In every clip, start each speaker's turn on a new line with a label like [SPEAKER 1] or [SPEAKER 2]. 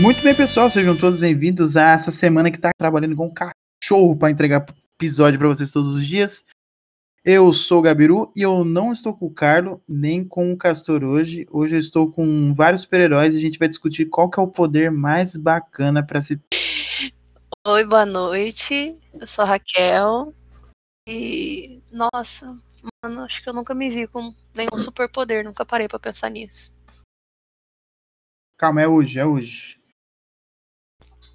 [SPEAKER 1] Muito bem, pessoal, sejam todos bem-vindos a essa semana que tá trabalhando com um cachorro para entregar episódio para vocês todos os dias. Eu sou o Gabiru e eu não estou com o Carlo nem com o Castor hoje. Hoje eu estou com vários super-heróis e a gente vai discutir qual que é o poder mais bacana para se
[SPEAKER 2] Oi, boa noite. Eu sou a Raquel. E nossa, mano, acho que eu nunca me vi com nenhum superpoder, nunca parei pra pensar nisso.
[SPEAKER 1] Calma, é hoje, é hoje.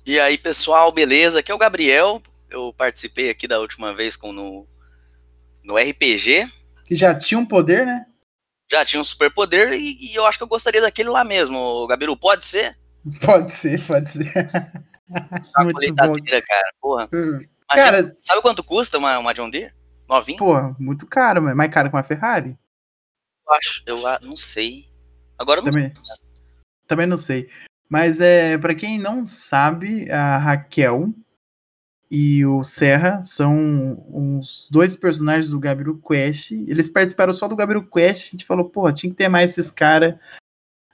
[SPEAKER 3] E aí, pessoal, beleza? Aqui é o Gabriel. Eu participei aqui da última vez com no, no RPG.
[SPEAKER 1] Que já tinha um poder, né?
[SPEAKER 3] Já tinha um superpoder e, e eu acho que eu gostaria daquele lá mesmo, Ô, Gabiru. Pode ser?
[SPEAKER 1] Pode ser, pode ser.
[SPEAKER 3] A
[SPEAKER 1] Muito bom. Hum.
[SPEAKER 3] colheitadeira, cara. Porra. Imagina-
[SPEAKER 1] Tá Cara,
[SPEAKER 3] sabe quanto custa uma, uma John Deere? Novinha?
[SPEAKER 1] porra, muito caro, mas mais caro que uma Ferrari?
[SPEAKER 3] Eu acho. Eu a- não sei. Agora eu não
[SPEAKER 1] Também. Também não sei. Mas é, para quem não sabe, a Raquel e o Serra são os dois personagens do Gabiru Quest. Eles participaram só do Gabiru Quest. A gente falou, porra, tinha que ter mais esses caras.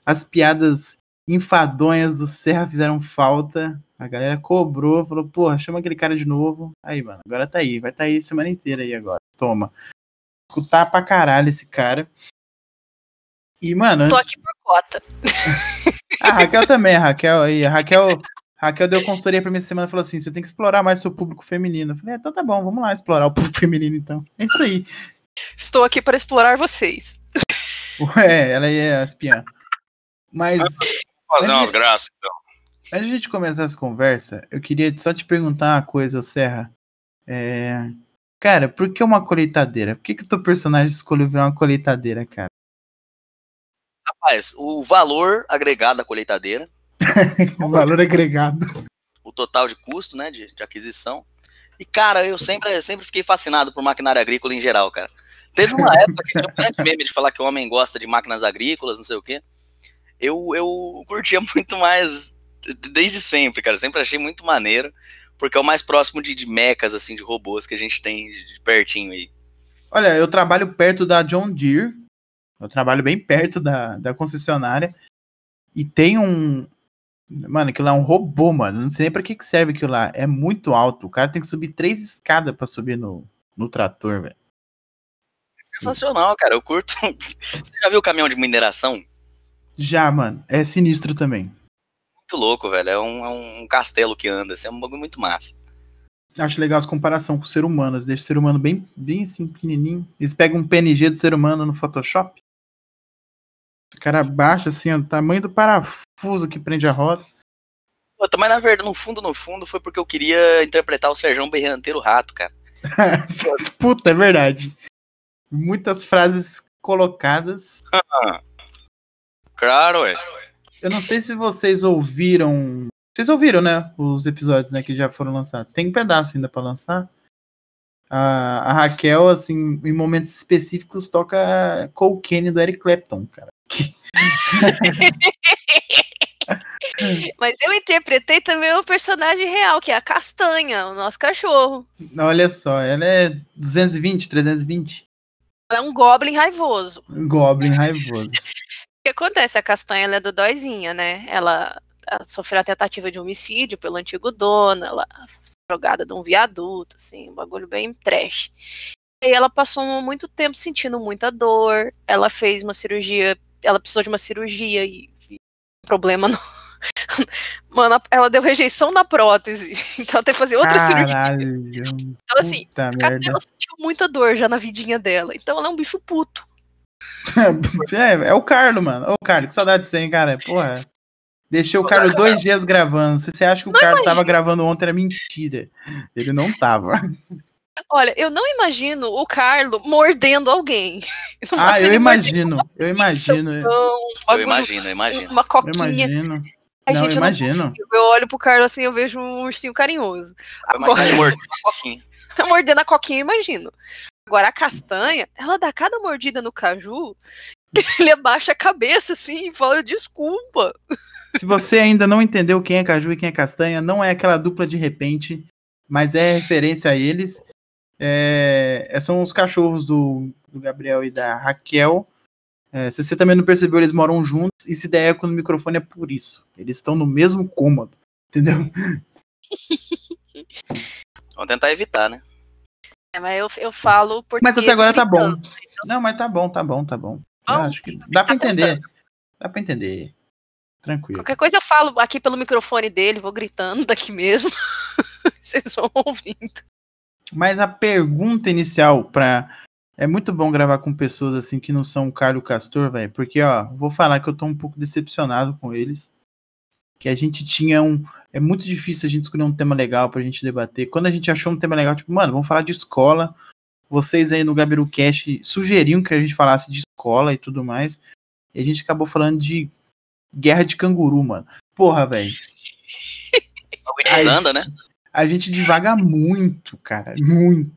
[SPEAKER 1] As piadas enfadonhas do Serra fizeram falta. A galera cobrou, falou, porra, chama aquele cara de novo. Aí, mano, agora tá aí. Vai tá aí semana inteira aí agora. Toma. Escutar pra caralho esse cara. E, mano,
[SPEAKER 2] Tô
[SPEAKER 1] antes-
[SPEAKER 2] aqui por cota.
[SPEAKER 1] a Raquel também, a Raquel aí. A Raquel, Raquel deu consultoria pra mim essa semana e falou assim: você tem que explorar mais seu público feminino. Eu falei, "Ah, então tá bom, vamos lá explorar o público feminino, então. É isso aí.
[SPEAKER 2] Estou aqui para explorar vocês.
[SPEAKER 1] Ué, ela aí é espiã. Mas
[SPEAKER 3] fazer umas graças. então.
[SPEAKER 1] antes de a gente começar essa conversa, eu queria só te perguntar uma coisa, ô Serra. É, Cara, por que uma colheitadeira? Por que, que o teu personagem escolheu virar uma colheitadeira, cara?
[SPEAKER 3] Rapaz, o valor agregado da colheitadeira,
[SPEAKER 1] O Um valor agregado.
[SPEAKER 3] o total de custo, né, de, de aquisição. E, cara, eu sempre, eu sempre fiquei fascinado por maquinária agrícola em geral, cara. Teve uma época que tinha um grande meme de falar que o homem gosta de máquinas agrícolas, não sei o quê. Eu, eu curtia muito mais d- desde sempre, cara. Eu sempre achei muito maneiro, porque é o mais próximo de, de mecas, assim, de robôs que a gente tem de de pertinho aí.
[SPEAKER 1] Olha, eu trabalho perto da John Deere. Eu trabalho bem perto da, da concessionária. E tem um. Mano, aquilo lá é um robô, mano. Não sei nem pra que, que serve aquilo lá. É muito alto. O cara tem que subir três escadas pra subir no, no trator, velho.
[SPEAKER 3] Sensacional, cara. Eu curto. Você já viu o caminhão de mineração?
[SPEAKER 1] Já, mano. É sinistro também.
[SPEAKER 3] Muito louco, velho. É um, é um castelo que anda. Assim, é um bagulho muito massa.
[SPEAKER 1] Acho legal as comparação com o ser humano. Eles deixam o ser humano bem, bem assim, pequenininho. Eles pegam um PNG do ser humano no Photoshop. O cara baixa assim, ó, o tamanho do parafuso que prende a roda.
[SPEAKER 3] Pô, Mas na verdade, no fundo, no fundo, foi porque eu queria interpretar o Serjão Berranteiro Rato, cara.
[SPEAKER 1] Puta, é verdade. Muitas frases colocadas.
[SPEAKER 3] Claro, é.
[SPEAKER 1] Eu não sei se vocês ouviram. Vocês ouviram, né? Os episódios né, que já foram lançados. Tem um pedaço ainda pra lançar. A, a Raquel, assim, em momentos específicos, toca Cole Kenny do Eric Clapton, cara.
[SPEAKER 2] Mas eu interpretei também o personagem real, que é a Castanha, o nosso cachorro.
[SPEAKER 1] Olha só, ela é 220, 320.
[SPEAKER 2] É um goblin raivoso.
[SPEAKER 1] Goblin raivoso.
[SPEAKER 2] O que acontece? A Castanha ela é dodóizinha, né? Ela ela sofreu a tentativa de homicídio pelo antigo dono, ela foi jogada de um viaduto, assim, um bagulho bem trash. E ela passou um, muito tempo sentindo muita dor, ela fez uma cirurgia, ela precisou de uma cirurgia e, e um problema no... Mano, ela deu rejeição na prótese, então ela teve que fazer outra cirurgia.
[SPEAKER 1] Caralho.
[SPEAKER 2] Então, assim,
[SPEAKER 1] puta
[SPEAKER 2] cara,
[SPEAKER 1] merda.
[SPEAKER 2] ela sentiu muita dor já na vidinha dela, então ela é um bicho puto.
[SPEAKER 1] É, é o Carlo, mano. Ô, Carlo, que saudade de você, hein, cara? Porra. Deixei o Carlo dois dias gravando. Se você acha que o Carlo tava gravando ontem, era mentira. Ele não tava.
[SPEAKER 2] Olha, eu não imagino o Carlo mordendo alguém. No
[SPEAKER 1] Ah,
[SPEAKER 2] máximo,
[SPEAKER 1] eu
[SPEAKER 2] ele morde
[SPEAKER 1] imagino. Eu imagino.
[SPEAKER 2] um
[SPEAKER 1] Eu
[SPEAKER 2] pão, um
[SPEAKER 3] Eu
[SPEAKER 2] bagulho,
[SPEAKER 3] imagino, eu imagino.
[SPEAKER 2] uma coquinha.
[SPEAKER 1] imagino.
[SPEAKER 2] Ai,
[SPEAKER 1] Não,
[SPEAKER 2] gente,
[SPEAKER 1] eu
[SPEAKER 2] eu não
[SPEAKER 1] imagino.
[SPEAKER 2] consigo. Eu olho pro Carlo assim, eu vejo um ursinho carinhoso.
[SPEAKER 3] Eu imagino
[SPEAKER 2] Agora,
[SPEAKER 3] ele um mordendo uma coquinha.
[SPEAKER 2] tá mordendo a coquinha, eu imagino. Agora, a castanha, ela dá cada mordida no caju, ele abaixa a cabeça assim e fala, desculpa.
[SPEAKER 1] Se você ainda não entendeu quem é Caju e quem é Castanha, não é aquela dupla de repente, mas é referência a eles. É, é- são os cachorros do, do Gabriel e da Raquel. É, se você também não percebeu, eles moram juntos e se der eco no microfone é por isso. Eles estão no mesmo cômodo, entendeu?
[SPEAKER 3] Vamos tentar evitar, né?
[SPEAKER 2] É, mas eu, eu falo português.
[SPEAKER 1] Mas até agora tá bom.
[SPEAKER 2] gritando.
[SPEAKER 1] Não, mas tá bom, tá bom, tá bom. Eu
[SPEAKER 2] Bom,
[SPEAKER 1] acho que dá pra
[SPEAKER 2] então. tá
[SPEAKER 1] entender. Dá pra entender. Tranquilo.
[SPEAKER 2] Qualquer coisa eu falo aqui pelo microfone dele, vou gritando daqui mesmo. Vocês vão ouvindo.
[SPEAKER 1] Mas a pergunta inicial pra. É muito bom gravar com pessoas assim que não são o Carlos Castor, velho. Porque, ó, vou falar que eu tô um pouco decepcionado com eles. Que a gente tinha um. É muito difícil a gente escolher um tema legal pra gente debater. Quando a gente achou um tema legal, tipo, mano, vamos falar de escola. Vocês aí no Gabiru Cash sugeriam que a gente falasse de escola e tudo mais. E a gente acabou falando de guerra de canguru, mano. Porra, velho.
[SPEAKER 3] Algo desanda, né?
[SPEAKER 1] A gente divaga muito, cara. Muito.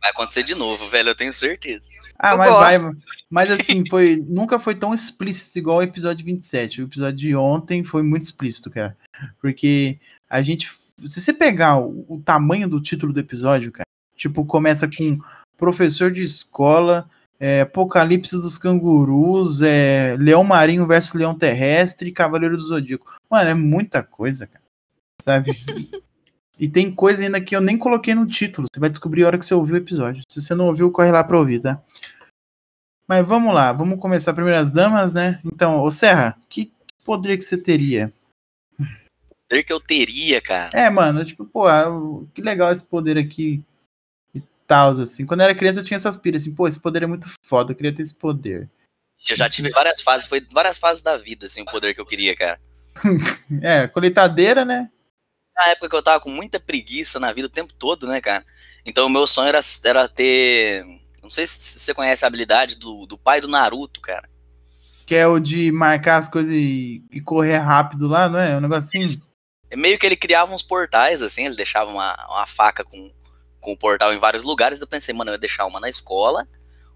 [SPEAKER 3] Vai acontecer de novo, velho, eu tenho certeza.
[SPEAKER 1] Ah,
[SPEAKER 2] Eu
[SPEAKER 1] mas
[SPEAKER 2] gosto.
[SPEAKER 1] vai. Mas assim, foi, nunca foi tão explícito igual o episódio 27. O episódio de ontem foi muito explícito, cara. Porque a gente. Se você pegar o, o tamanho do título do episódio, cara, tipo, começa com professor de escola, é, apocalipse dos cangurus, é, leão marinho versus leão terrestre, cavaleiro do zodíaco. Mano, é muita coisa, cara. Sabe? E tem coisa ainda que eu nem coloquei no título. Você vai descobrir a hora que você ouvir o episódio. Se você não ouviu, corre lá pra ouvir, tá? Mas vamos lá, vamos começar primeiro as damas, né? Então, ô Serra, que poder que você teria?
[SPEAKER 3] Ter que eu teria, cara.
[SPEAKER 1] É, mano, tipo, pô, ah, o- que legal esse poder aqui e tal, assim. Quando eu era criança eu tinha essas pilhas, assim, pô, esse poder é muito foda, eu queria ter esse poder.
[SPEAKER 3] Eu já tive várias fases, foi várias fases da vida, assim, o poder que eu queria, cara.
[SPEAKER 1] É, colheitadeira, né?
[SPEAKER 3] na época que eu tava com muita preguiça na vida o tempo todo, né, cara? Então o meu sonho era, era ter. Não sei se você conhece a habilidade do, do pai do Naruto, cara.
[SPEAKER 1] Que é o de marcar as coisas e, e correr rápido lá, não é? Um negocinho.
[SPEAKER 3] É meio que ele criava uns portais, assim, ele deixava uma, uma faca com, com o portal em vários lugares. Eu pensei, mano, eu ia deixar uma na escola,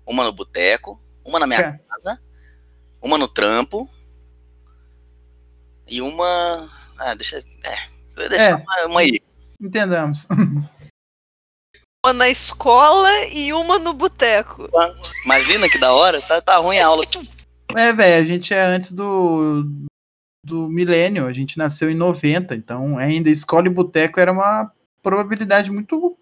[SPEAKER 3] uma no boteco, uma na minha
[SPEAKER 1] Cara.
[SPEAKER 3] casa, uma no trampo e uma. Ah, deixa. É, eu ia deixar
[SPEAKER 1] É.
[SPEAKER 3] uma, uma aí.
[SPEAKER 1] Entendamos.
[SPEAKER 2] Uma na escola e uma no boteco.
[SPEAKER 3] Imagina que da hora, tá, tá ruim a aula.
[SPEAKER 1] É, velho, a gente é antes do, do milênio, a gente nasceu em 90, então ainda escola e boteco era uma probabilidade muito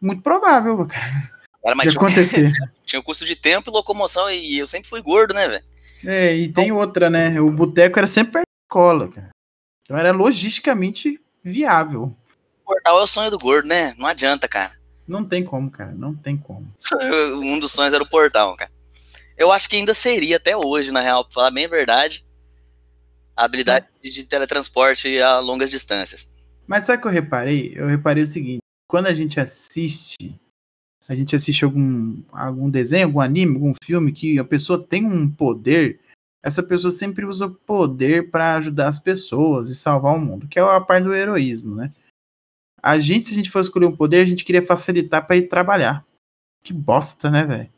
[SPEAKER 1] muito provável, cara,
[SPEAKER 3] Cara, mas
[SPEAKER 1] de
[SPEAKER 3] tinha, um
[SPEAKER 1] acontecer.
[SPEAKER 3] Tinha o custo de tempo e locomoção, e eu sempre fui gordo, né, velho?
[SPEAKER 1] É, e tem outra, né? O boteco era sempre perto da escola, cara. Então era logisticamente viável.
[SPEAKER 3] Portal é o sonho do gordo, né? Não adianta, cara.
[SPEAKER 1] Não tem como, cara, não tem como.
[SPEAKER 3] Eu- Um dos sonhos era o portal, cara. Eu acho que ainda seria até hoje, na real, pra falar bem a verdade, a habilidade
[SPEAKER 2] Hum.
[SPEAKER 3] de teletransporte a longas distâncias.
[SPEAKER 1] Mas sabe o que eu reparei? Eu reparei o seguinte: quando a gente assiste, a gente assiste algum, algum desenho, algum anime, algum filme que a pessoa tem um poder, essa pessoa sempre usa o poder pra ajudar as pessoas e salvar o mundo, que é a parte do heroísmo, né? A gente, se a gente fosse escolher um poder, a gente queria facilitar pra ir trabalhar. Que bosta, né, velho?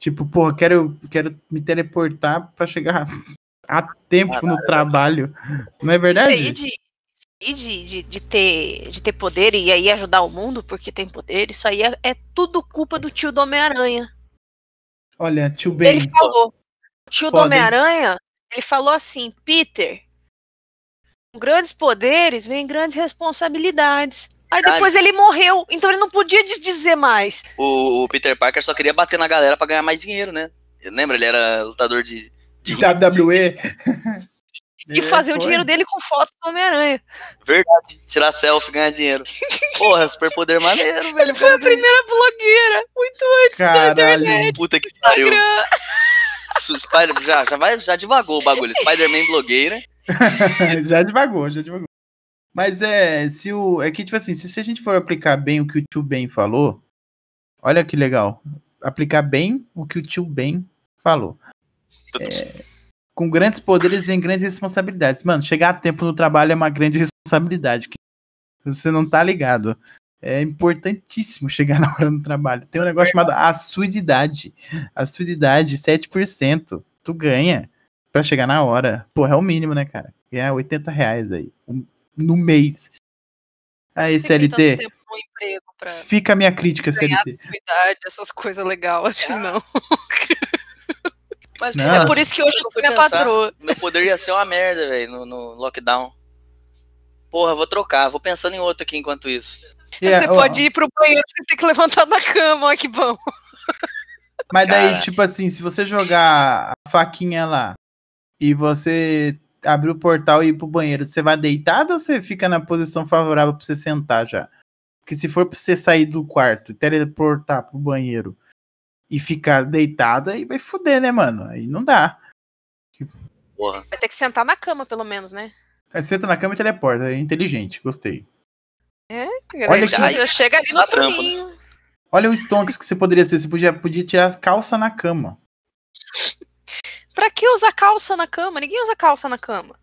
[SPEAKER 1] Tipo, porra, quero, quero me teleportar pra chegar a tempo no trabalho. Não é verdade?
[SPEAKER 2] Isso aí de, e de, de, de ter, de ter poder e aí ajudar o mundo porque tem poder, isso aí é, é tudo culpa do tio do Homem-Aranha.
[SPEAKER 1] Olha, tio Ben.
[SPEAKER 2] Ele falou. O tio do
[SPEAKER 1] Foda, hein?
[SPEAKER 2] Homem-Aranha, ele falou assim, Peter, com grandes poderes vem grandes responsabilidades. Aí
[SPEAKER 3] Verdade.
[SPEAKER 2] depois ele morreu, então ele não podia des- dizer mais.
[SPEAKER 3] O, o Peter Parker só queria bater na galera pra ganhar mais dinheiro, né? Lembra? Ele era lutador de. de...
[SPEAKER 1] WWE.
[SPEAKER 2] E fazer o dinheiro dele com fotos do Homem-Aranha.
[SPEAKER 3] Verdade. Tirar selfie, ganhar dinheiro. Porra, superpoder maneiro, velho.
[SPEAKER 2] Ele foi a primeira blogueira, muito antes da
[SPEAKER 1] Caralho.
[SPEAKER 2] internet.
[SPEAKER 3] Puta que pariu.
[SPEAKER 2] Instagram.
[SPEAKER 3] Su- Spider- já, já, vai, já divagou o bagulho. Spider-Man blogueira.
[SPEAKER 1] já devagou, já devagou. Mas é, se o. É que, tipo assim, se, se a gente for aplicar bem o que o tio Ben falou, olha que legal. Aplicar bem o que o tio Ben falou. É, com grandes poderes vem grandes responsabilidades. Mano, chegar a tempo no trabalho é uma grande responsabilidade. Que você não tá ligado. É importantíssimo chegar na hora no trabalho. Tem um negócio chamado assuididade. Assuididade, 7%. Tu ganha pra chegar na hora. Porra, é o mínimo, né, cara? É 80 reais aí. um- no mês. Aí,
[SPEAKER 2] Tem
[SPEAKER 1] CLT,
[SPEAKER 2] tanto tempo tá no emprego pra
[SPEAKER 1] fica a minha crítica,
[SPEAKER 2] Então, Ganhar
[SPEAKER 1] CLT.
[SPEAKER 2] É. idade, essas coisas legais, assim, não.
[SPEAKER 3] Mas
[SPEAKER 1] Não.
[SPEAKER 3] cara,
[SPEAKER 2] É por isso que hoje eu sou
[SPEAKER 3] fui
[SPEAKER 2] minha
[SPEAKER 3] pensar.
[SPEAKER 2] patroa.
[SPEAKER 3] Meu poder ia ser uma merda, velho, no, no lockdown. Porra, vou trocar, vou pensando em outro aqui enquanto isso.
[SPEAKER 2] Então,
[SPEAKER 1] É,
[SPEAKER 2] você pode ir pro banheiro sem ter que levantar da cama, olha que bom.
[SPEAKER 1] Mas daí,
[SPEAKER 3] Cara.
[SPEAKER 1] tipo assim, se você jogar a faquinha lá e você abrir o portal e ir pro banheiro, você vai deitado ou você fica na posição favorável pra você sentar já? Porque se for pra você sair do quarto e teleportar pro banheiro e ficar deitado, aí vai foder, né, mano? Aí não dá.
[SPEAKER 3] Porra.
[SPEAKER 2] Vai ter que sentar na cama, pelo menos, né?
[SPEAKER 1] Aí senta na cama e teleporta. É inteligente, gostei.
[SPEAKER 2] Aí já,
[SPEAKER 3] que-
[SPEAKER 2] já chega ali
[SPEAKER 3] Dá
[SPEAKER 2] no
[SPEAKER 3] trampo, né?
[SPEAKER 2] caminho.
[SPEAKER 1] Olha o Stonks que você poderia ser. Você podia, podia tirar calça na cama.
[SPEAKER 2] Pra que usar calça na cama? Ninguém usa calça na cama.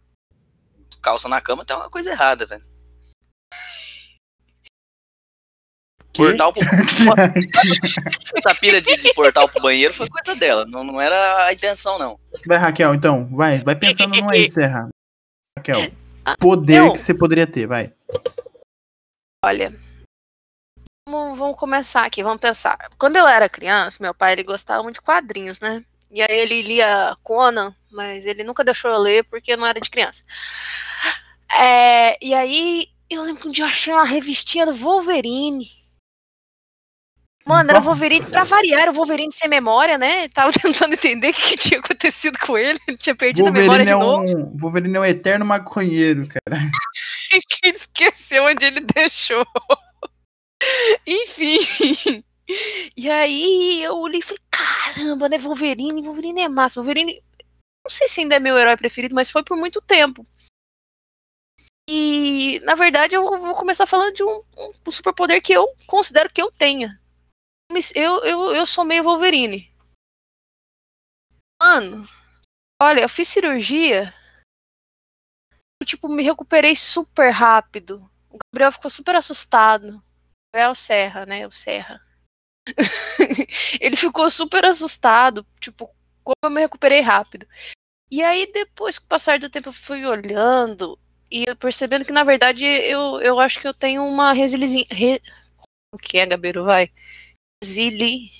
[SPEAKER 3] Calça na cama tem uma coisa errada, velho.
[SPEAKER 1] Que?
[SPEAKER 3] Portal pro... Essa pira de, de portal pro banheiro foi coisa dela. Não, não era a intenção, não.
[SPEAKER 1] Vai, Raquel, então. Vai, vai pensando no aí, Serra.
[SPEAKER 2] É,
[SPEAKER 1] Raquel.
[SPEAKER 2] ah,
[SPEAKER 1] Poder
[SPEAKER 2] eu?
[SPEAKER 1] que você poderia ter, vai.
[SPEAKER 2] Olha. Vamos, vamos começar aqui, vamos pensar. Quando eu era criança, meu pai ele gostava muito de quadrinhos, né? E aí ele lia Conan, mas ele nunca deixou eu ler porque eu não era de criança. É, e aí eu lembro que um dia eu achei uma revistinha do Wolverine. Mano, era o Wolverine, pra variar, era o Wolverine sem memória, né? Tava tentando entender o que tinha acontecido com ele, ele tinha perdido a memória
[SPEAKER 1] Wolverine é,
[SPEAKER 2] de novo.
[SPEAKER 1] um, Wolverine é um eterno maconheiro, cara.
[SPEAKER 2] que ele esqueceu onde ele deixou. Enfim. E aí eu olhei e falei, caramba, né, Wolverine, Wolverine é massa. Wolverine, não sei se ainda é meu herói preferido, mas foi por muito tempo. E, na verdade, eu vou começar falando de um, um superpoder que eu considero que eu tenha. Mas Eu, eu, eu sou meio Wolverine. Mano, olha, eu fiz cirurgia eu, tipo, me recuperei super rápido. O Gabriel ficou super assustado. Gabriel Serra, né? O Serra. ele ficou super assustado, tipo, como eu me recuperei rápido. E aí, depois que o passar do tempo, eu fui olhando e eu percebendo que, na verdade, eu, eu acho que eu tenho uma resiliência. O que é, Gabiru? Vai. Resili...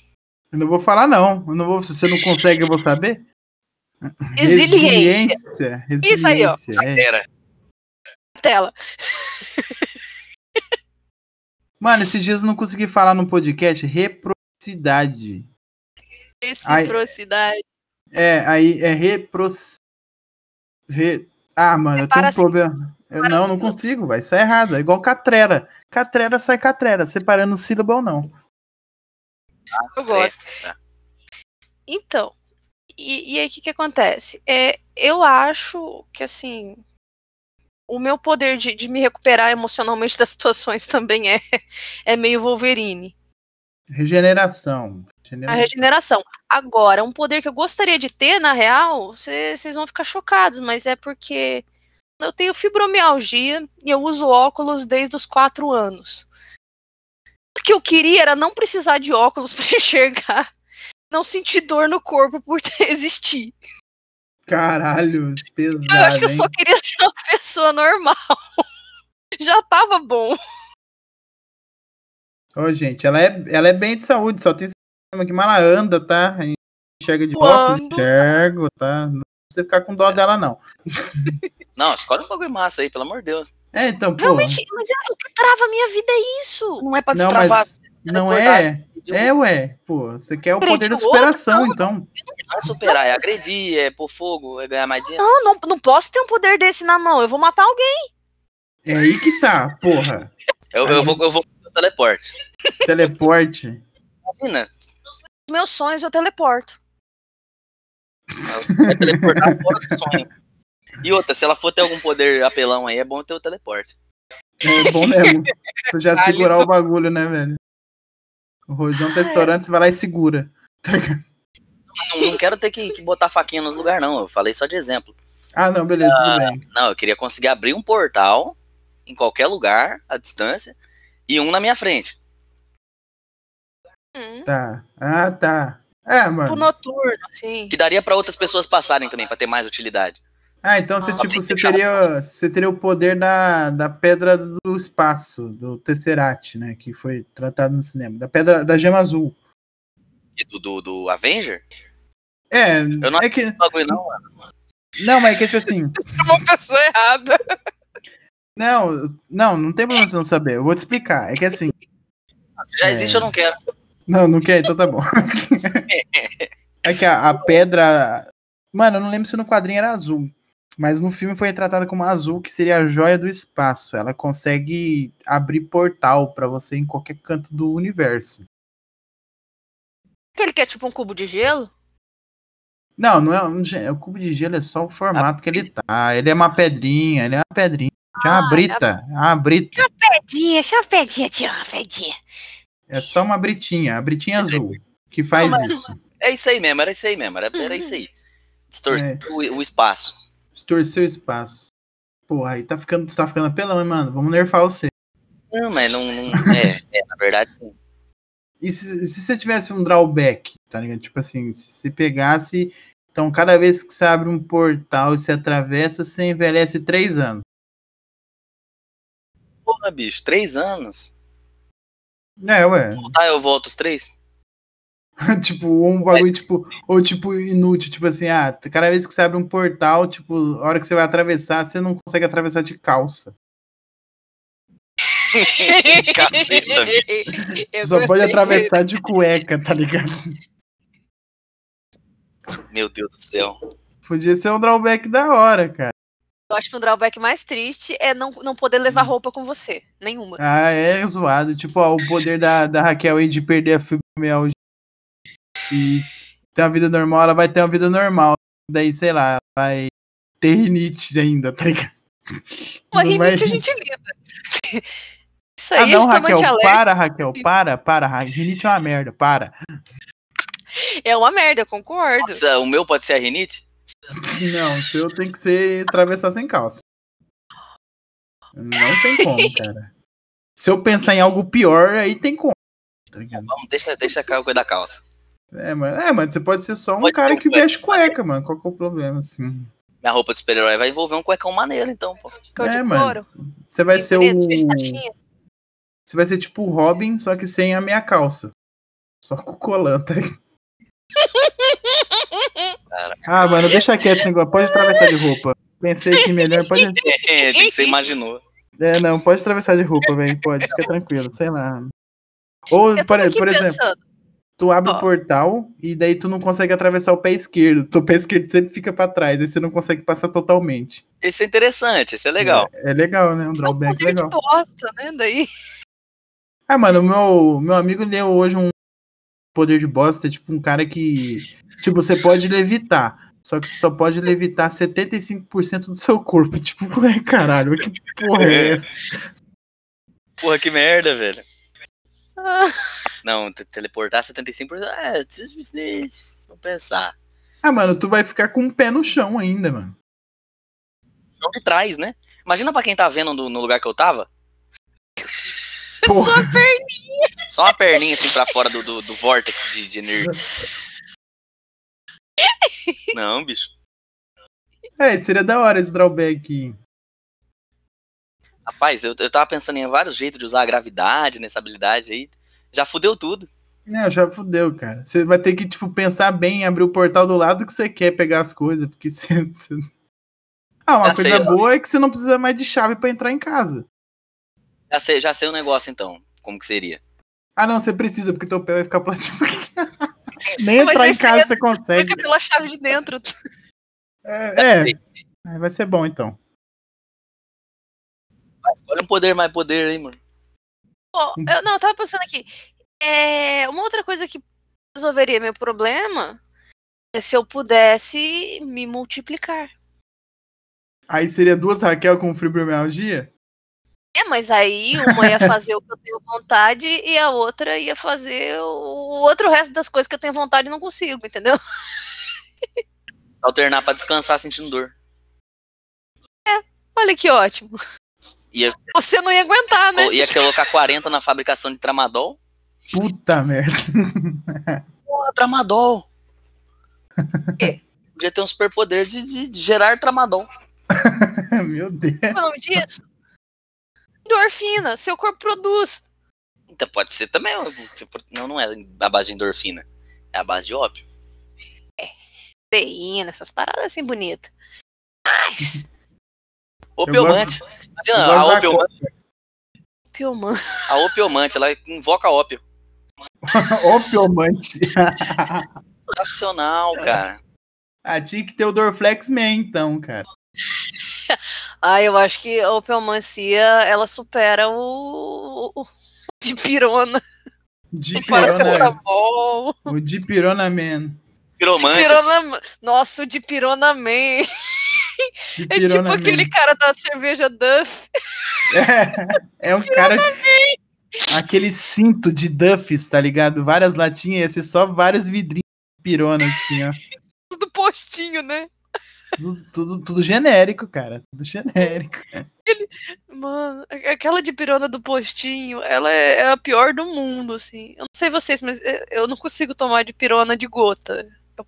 [SPEAKER 1] Eu não vou falar, não. Eu não vou, se você não consegue, eu vou saber.
[SPEAKER 2] Resiliência.
[SPEAKER 1] Resiliência.
[SPEAKER 2] Isso aí, ó.
[SPEAKER 1] resiliência, é.
[SPEAKER 3] Era.
[SPEAKER 2] Tela.
[SPEAKER 1] Mano, esses dias eu não consegui falar no podcast. Reprocidade.
[SPEAKER 2] Reciprocidade.
[SPEAKER 1] É, aí é repros... Re... Ah, mano, eu tenho um
[SPEAKER 2] Separação.
[SPEAKER 1] problema. Eu não, não consigo, vai. Isso é errado. É igual catrera. Catrera sai catrera, separando sílaba ou não.
[SPEAKER 2] Eu gosto.
[SPEAKER 3] Tá.
[SPEAKER 2] Então, e, e aí o que, que acontece? É, eu acho que assim o meu poder de, de me recuperar emocionalmente das situações também é, é meio Wolverine.
[SPEAKER 1] Regeneração.
[SPEAKER 2] A
[SPEAKER 1] Regeneração.
[SPEAKER 2] regeneração. Agora, um poder que eu gostaria de ter, na real, vocês vão ficar chocados, mas é porque eu tenho fibromialgia e eu uso óculos desde os quatro anos. O que eu queria era não precisar de óculos para enxergar, não sentir dor no corpo por ter- existir.
[SPEAKER 1] Caralho, pesado.
[SPEAKER 2] Eu acho que eu
[SPEAKER 1] hein?
[SPEAKER 2] só queria ser uma pessoa normal. Já tava bom.
[SPEAKER 1] Ô, gente, ela é, ela é bem de saúde, só tem esse problema que mala anda, tá? A gente Enxerga de óculos,
[SPEAKER 2] Quando?
[SPEAKER 1] enxergo, tá? Não precisa ficar com dó dela, não.
[SPEAKER 3] Não, escolhe um bagulho massa aí, pelo amor de Deus.
[SPEAKER 1] É, então, pô.
[SPEAKER 2] Realmente, mas é, o que trava a minha vida é isso.
[SPEAKER 3] Não é pra
[SPEAKER 1] não,
[SPEAKER 3] destravar.
[SPEAKER 1] mas não é. É, ué. Pô, você quer o
[SPEAKER 2] Frente
[SPEAKER 1] poder da
[SPEAKER 2] ao outro,
[SPEAKER 1] superação, então.
[SPEAKER 3] Não é superar, é agredir, é pôr fogo, é ganhar mais dinheiro.
[SPEAKER 2] Não, não, não posso ter um poder desse na mão. Eu vou matar alguém.
[SPEAKER 1] É aí que tá, porra.
[SPEAKER 3] Eu, eu vou, eu vou fazer o teleporte.
[SPEAKER 1] Teleporte.
[SPEAKER 3] Imagina,
[SPEAKER 2] Meus sonhos eu teleporto.
[SPEAKER 3] vai teleportar fora do sonho. E outra, se ela for ter algum poder apelão aí, é bom ter o teleporte.
[SPEAKER 1] É bom mesmo. Você já
[SPEAKER 2] Ali
[SPEAKER 1] segurar o bagulho, né, velho? O rojão tá
[SPEAKER 2] É.
[SPEAKER 1] estourando, você vai lá e segura. tá
[SPEAKER 3] Não, não quero ter que, que botar faquinha nos lugares, não. Eu falei só de exemplo.
[SPEAKER 1] Ah, não, beleza, tudo bem.
[SPEAKER 3] Não, eu queria conseguir abrir um portal em qualquer lugar, à distância, e um na minha frente.
[SPEAKER 2] Hum.
[SPEAKER 1] Tá. Ah, tá. É,
[SPEAKER 2] Tipo
[SPEAKER 1] mano.
[SPEAKER 2] noturno, assim.
[SPEAKER 3] Que daria pra outras pessoas passarem também, pra ter mais utilidade.
[SPEAKER 1] Ah, então você,
[SPEAKER 2] Ah,
[SPEAKER 1] tipo,
[SPEAKER 3] é
[SPEAKER 1] você teria, você teria o poder da, da pedra do espaço, do Tesseract, né? Que foi tratado no cinema. Da pedra da gema azul.
[SPEAKER 3] E do, do, do Avenger?
[SPEAKER 1] É,
[SPEAKER 3] Eu não
[SPEAKER 1] é que.
[SPEAKER 3] esse bagulho, não, mano.
[SPEAKER 1] Não, mas é que tipo assim.
[SPEAKER 2] Chamou a pessoa errada.
[SPEAKER 1] Não, não, não tem problema você não saber. Eu vou te explicar. É que assim.
[SPEAKER 3] Se já
[SPEAKER 1] É.
[SPEAKER 3] existe, eu não quero.
[SPEAKER 1] Não, não quer, então tá bom. É que a, a pedra. Mano, eu não lembro se no quadrinho era azul. Mas no filme foi retratada como azul, que seria a joia do espaço. Ela consegue abrir portal pra você em qualquer canto do universo.
[SPEAKER 2] Ele quer tipo um cubo de gelo?
[SPEAKER 1] Não, não é um. ge- O cubo de gelo é só o formato que ele tá. Ele é uma pedrinha, ele é uma pedrinha. É
[SPEAKER 3] Ah,
[SPEAKER 1] uma brita. É uma brita.
[SPEAKER 2] Pedinha, chama a pedinha, tia, uma pedinha.
[SPEAKER 1] É só uma britinha, a britinha azul. Que faz
[SPEAKER 3] Não, mas-
[SPEAKER 1] isso.
[SPEAKER 3] É isso aí mesmo, era isso aí mesmo, era, era isso aí. Distorcer
[SPEAKER 1] É.
[SPEAKER 3] o, o espaço.
[SPEAKER 1] Distorcer o espaço. Porra, aí tá ficando, você tá ficando apelão, hein, mano? Vamos nerfar você.
[SPEAKER 3] Não, mas não. não- é, é, na verdade.
[SPEAKER 1] E se, se você tivesse um drawback, tá ligado? Tipo assim, se você pegasse. Então, cada vez que você abre um portal e se atravessa, você envelhece três anos.
[SPEAKER 3] Porra, bicho, três anos.
[SPEAKER 1] É, ué.
[SPEAKER 3] Tá, eu volto os três?
[SPEAKER 1] tipo, um bagulho, tipo, ou tipo, inútil, tipo assim, ah, cada vez que você abre um portal, tipo, a hora que você vai atravessar, você não consegue atravessar de calça.
[SPEAKER 3] Caceta,
[SPEAKER 2] Eu
[SPEAKER 1] Você só pode
[SPEAKER 2] gostei
[SPEAKER 1] atravessar de cueca, tá ligado?
[SPEAKER 3] Meu Deus do céu.
[SPEAKER 1] Podia ser um drawback da hora, cara.
[SPEAKER 2] Eu acho que o drawback mais triste é não, não poder
[SPEAKER 1] Hum.
[SPEAKER 2] levar roupa com você. Nenhuma.
[SPEAKER 1] Ah, é zoado. Tipo, ó, o poder da, da Raquel aí de perder a fibromialgia e ter uma vida normal, ela vai ter uma vida normal. Daí, sei lá, vai ter rinite ainda, tá ligado?
[SPEAKER 2] Uma
[SPEAKER 1] não
[SPEAKER 2] rinite
[SPEAKER 1] vai-
[SPEAKER 2] a gente lida. Isso
[SPEAKER 1] Ah,
[SPEAKER 2] aí
[SPEAKER 1] não,
[SPEAKER 2] é de
[SPEAKER 1] Raquel,
[SPEAKER 2] tomate alerta.
[SPEAKER 1] para, Raquel, para, para. Ra- Rinite é uma merda, para.
[SPEAKER 2] É uma merda, eu concordo.
[SPEAKER 3] Nossa, o meu pode ser a rinite?
[SPEAKER 1] Não, o seu tem que ser atravessar sem calça. Não tem como, cara. Se eu pensar em algo pior, aí tem como. Tá ligado?
[SPEAKER 3] Vamos, deixa, deixa cair o coisa da calça.
[SPEAKER 1] É, mano, é, mano, você pode ser só um
[SPEAKER 3] Pode
[SPEAKER 1] cara
[SPEAKER 3] ser um
[SPEAKER 1] que
[SPEAKER 3] cueca.
[SPEAKER 1] veste cueca, mano. Qual que é o problema, assim?
[SPEAKER 3] Minha roupa de super-herói vai envolver um cuecão maneiro, então, pô.
[SPEAKER 2] Cão de
[SPEAKER 1] é, mano,
[SPEAKER 2] couro.
[SPEAKER 1] Você vai
[SPEAKER 2] bem
[SPEAKER 1] ser um
[SPEAKER 2] bonito,
[SPEAKER 1] o.
[SPEAKER 2] cheio de taxinha.
[SPEAKER 1] Você vai ser tipo o Robin, só que sem a meia calça. Só com o colã, tá ligado? Ah, mano, deixa quieto esse negócio. Pode atravessar de roupa. Pensei que melhor. Pode...
[SPEAKER 3] É, tem que você imaginou.
[SPEAKER 1] É, não, pode atravessar de roupa, velho. Pode, fica tranquilo, sei lá. Ou,
[SPEAKER 2] Eu
[SPEAKER 1] por,
[SPEAKER 2] tava aqui
[SPEAKER 1] por exemplo.
[SPEAKER 2] pensando.
[SPEAKER 1] Tu abre
[SPEAKER 2] Ó.
[SPEAKER 1] o portal e daí tu não consegue atravessar o pé esquerdo. Teu pé esquerdo sempre fica pra trás, aí você não consegue passar totalmente.
[SPEAKER 3] Esse é interessante, esse é legal.
[SPEAKER 1] É legal, né? Um
[SPEAKER 2] Só um
[SPEAKER 1] drawback
[SPEAKER 2] poder de
[SPEAKER 1] legal.
[SPEAKER 2] bosta, né? Daí.
[SPEAKER 1] Ah, mano, o meu, meu amigo deu hoje um poder de bosta, tipo um cara que. Tipo, você pode levitar. Só que você só pode levitar 75% do seu corpo. Tipo, ué, caralho, que porra é essa?
[SPEAKER 3] Porra, que merda, velho.
[SPEAKER 2] Ah,
[SPEAKER 3] Não, te- teleportar 75%. É, vou pensar.
[SPEAKER 1] Ah, mano, tu vai ficar com o pé no chão ainda, mano.
[SPEAKER 3] Jogo de trás, né? Imagina pra quem tá vendo do- no lugar que eu tava.
[SPEAKER 1] Porra.
[SPEAKER 2] só per-
[SPEAKER 3] Só uma perninha assim pra fora do, do, do vórtex de, de energia. Não, bicho.
[SPEAKER 1] É, seria da hora esse drawback.
[SPEAKER 3] Rapaz, eu, eu tava pensando em vários jeitos de usar a gravidade nessa habilidade aí. Já fudeu tudo.
[SPEAKER 1] Não, já fudeu, cara. Você vai ter que, tipo, pensar bem, abrir o portal do lado que você quer pegar as coisas, porque você. você- Ah, uma
[SPEAKER 3] Já
[SPEAKER 1] coisa
[SPEAKER 3] sei, ó.
[SPEAKER 1] boa é que você não precisa mais de chave pra entrar em casa.
[SPEAKER 3] Já sei, já sei o negócio então. Como que seria?
[SPEAKER 1] Ah, não, você precisa, porque teu pé vai ficar platinado. Nem entrar em
[SPEAKER 2] esse é-
[SPEAKER 1] casa você consegue.
[SPEAKER 2] Fica pela chave de dentro.
[SPEAKER 1] É, é. Aí vai ser bom, então.
[SPEAKER 3] Mas Olha um poder mais poder aí, mano.
[SPEAKER 2] Ó, eu, não, eu tava pensando aqui. É, uma outra coisa que resolveria meu problema é se eu pudesse me multiplicar.
[SPEAKER 1] Aí seria duas Raquel com fibromialgia?
[SPEAKER 2] É, mas aí uma ia fazer o que eu tenho vontade e a outra ia fazer o o outro resto das coisas que eu tenho vontade e não consigo, entendeu?
[SPEAKER 3] Alternar pra descansar sentindo dor.
[SPEAKER 2] Olha que ótimo.
[SPEAKER 3] Ia-
[SPEAKER 2] Você não ia aguentar, né?
[SPEAKER 3] Ou ia colocar 40 na fabricação de tramadol.
[SPEAKER 1] Puta merda.
[SPEAKER 3] Porra, tramadol.
[SPEAKER 2] Quê?
[SPEAKER 3] Podia ter um superpoder de, de- de gerar tramadol.
[SPEAKER 1] Meu Deus.
[SPEAKER 2] Qual é o nome disso? Endorfina, seu corpo produz.
[SPEAKER 3] Então pode ser tipo, também. ó, você pode- Não, não é a base de endorfina. É a base de ópio.
[SPEAKER 2] proteína, essas paradas assim bonitas. Mas.
[SPEAKER 1] Uhum.
[SPEAKER 3] Opiomante. Imagina,
[SPEAKER 1] Eu
[SPEAKER 3] a,
[SPEAKER 1] gosto da
[SPEAKER 3] opioma-
[SPEAKER 2] Piomante.
[SPEAKER 3] a opiomante, ela invoca ópio.
[SPEAKER 1] Opiomante. É.
[SPEAKER 3] Sensacional, cara.
[SPEAKER 1] ah, tinha que ter o Dorflex Man, então, cara.
[SPEAKER 2] Ah, eu acho que a opiomancia ela supera o. o- o de pirona. tá
[SPEAKER 1] De pirona, é.
[SPEAKER 2] Paracetamol.
[SPEAKER 1] o de pirona Man.
[SPEAKER 2] É
[SPEAKER 3] Piromante.
[SPEAKER 2] Pirona. Nossa, o de pirona man.
[SPEAKER 1] De
[SPEAKER 2] É tipo
[SPEAKER 1] pirona Man.
[SPEAKER 2] aquele cara da cerveja Duff.
[SPEAKER 1] É, é um cara. Aquele cinto de Duffs, tá ligado? Várias latinhas, ia ser só vários vidrinhos de pirona, assim, ó.
[SPEAKER 2] do postinho, né?
[SPEAKER 1] Tudo, tudo, tudo genérico, cara. Tudo genérico.
[SPEAKER 2] Mano, a- aquela de pirona do postinho, ela é, é a pior do mundo, assim. Eu não sei vocês, mas eu- eu não consigo tomar de pirona de gota. Eu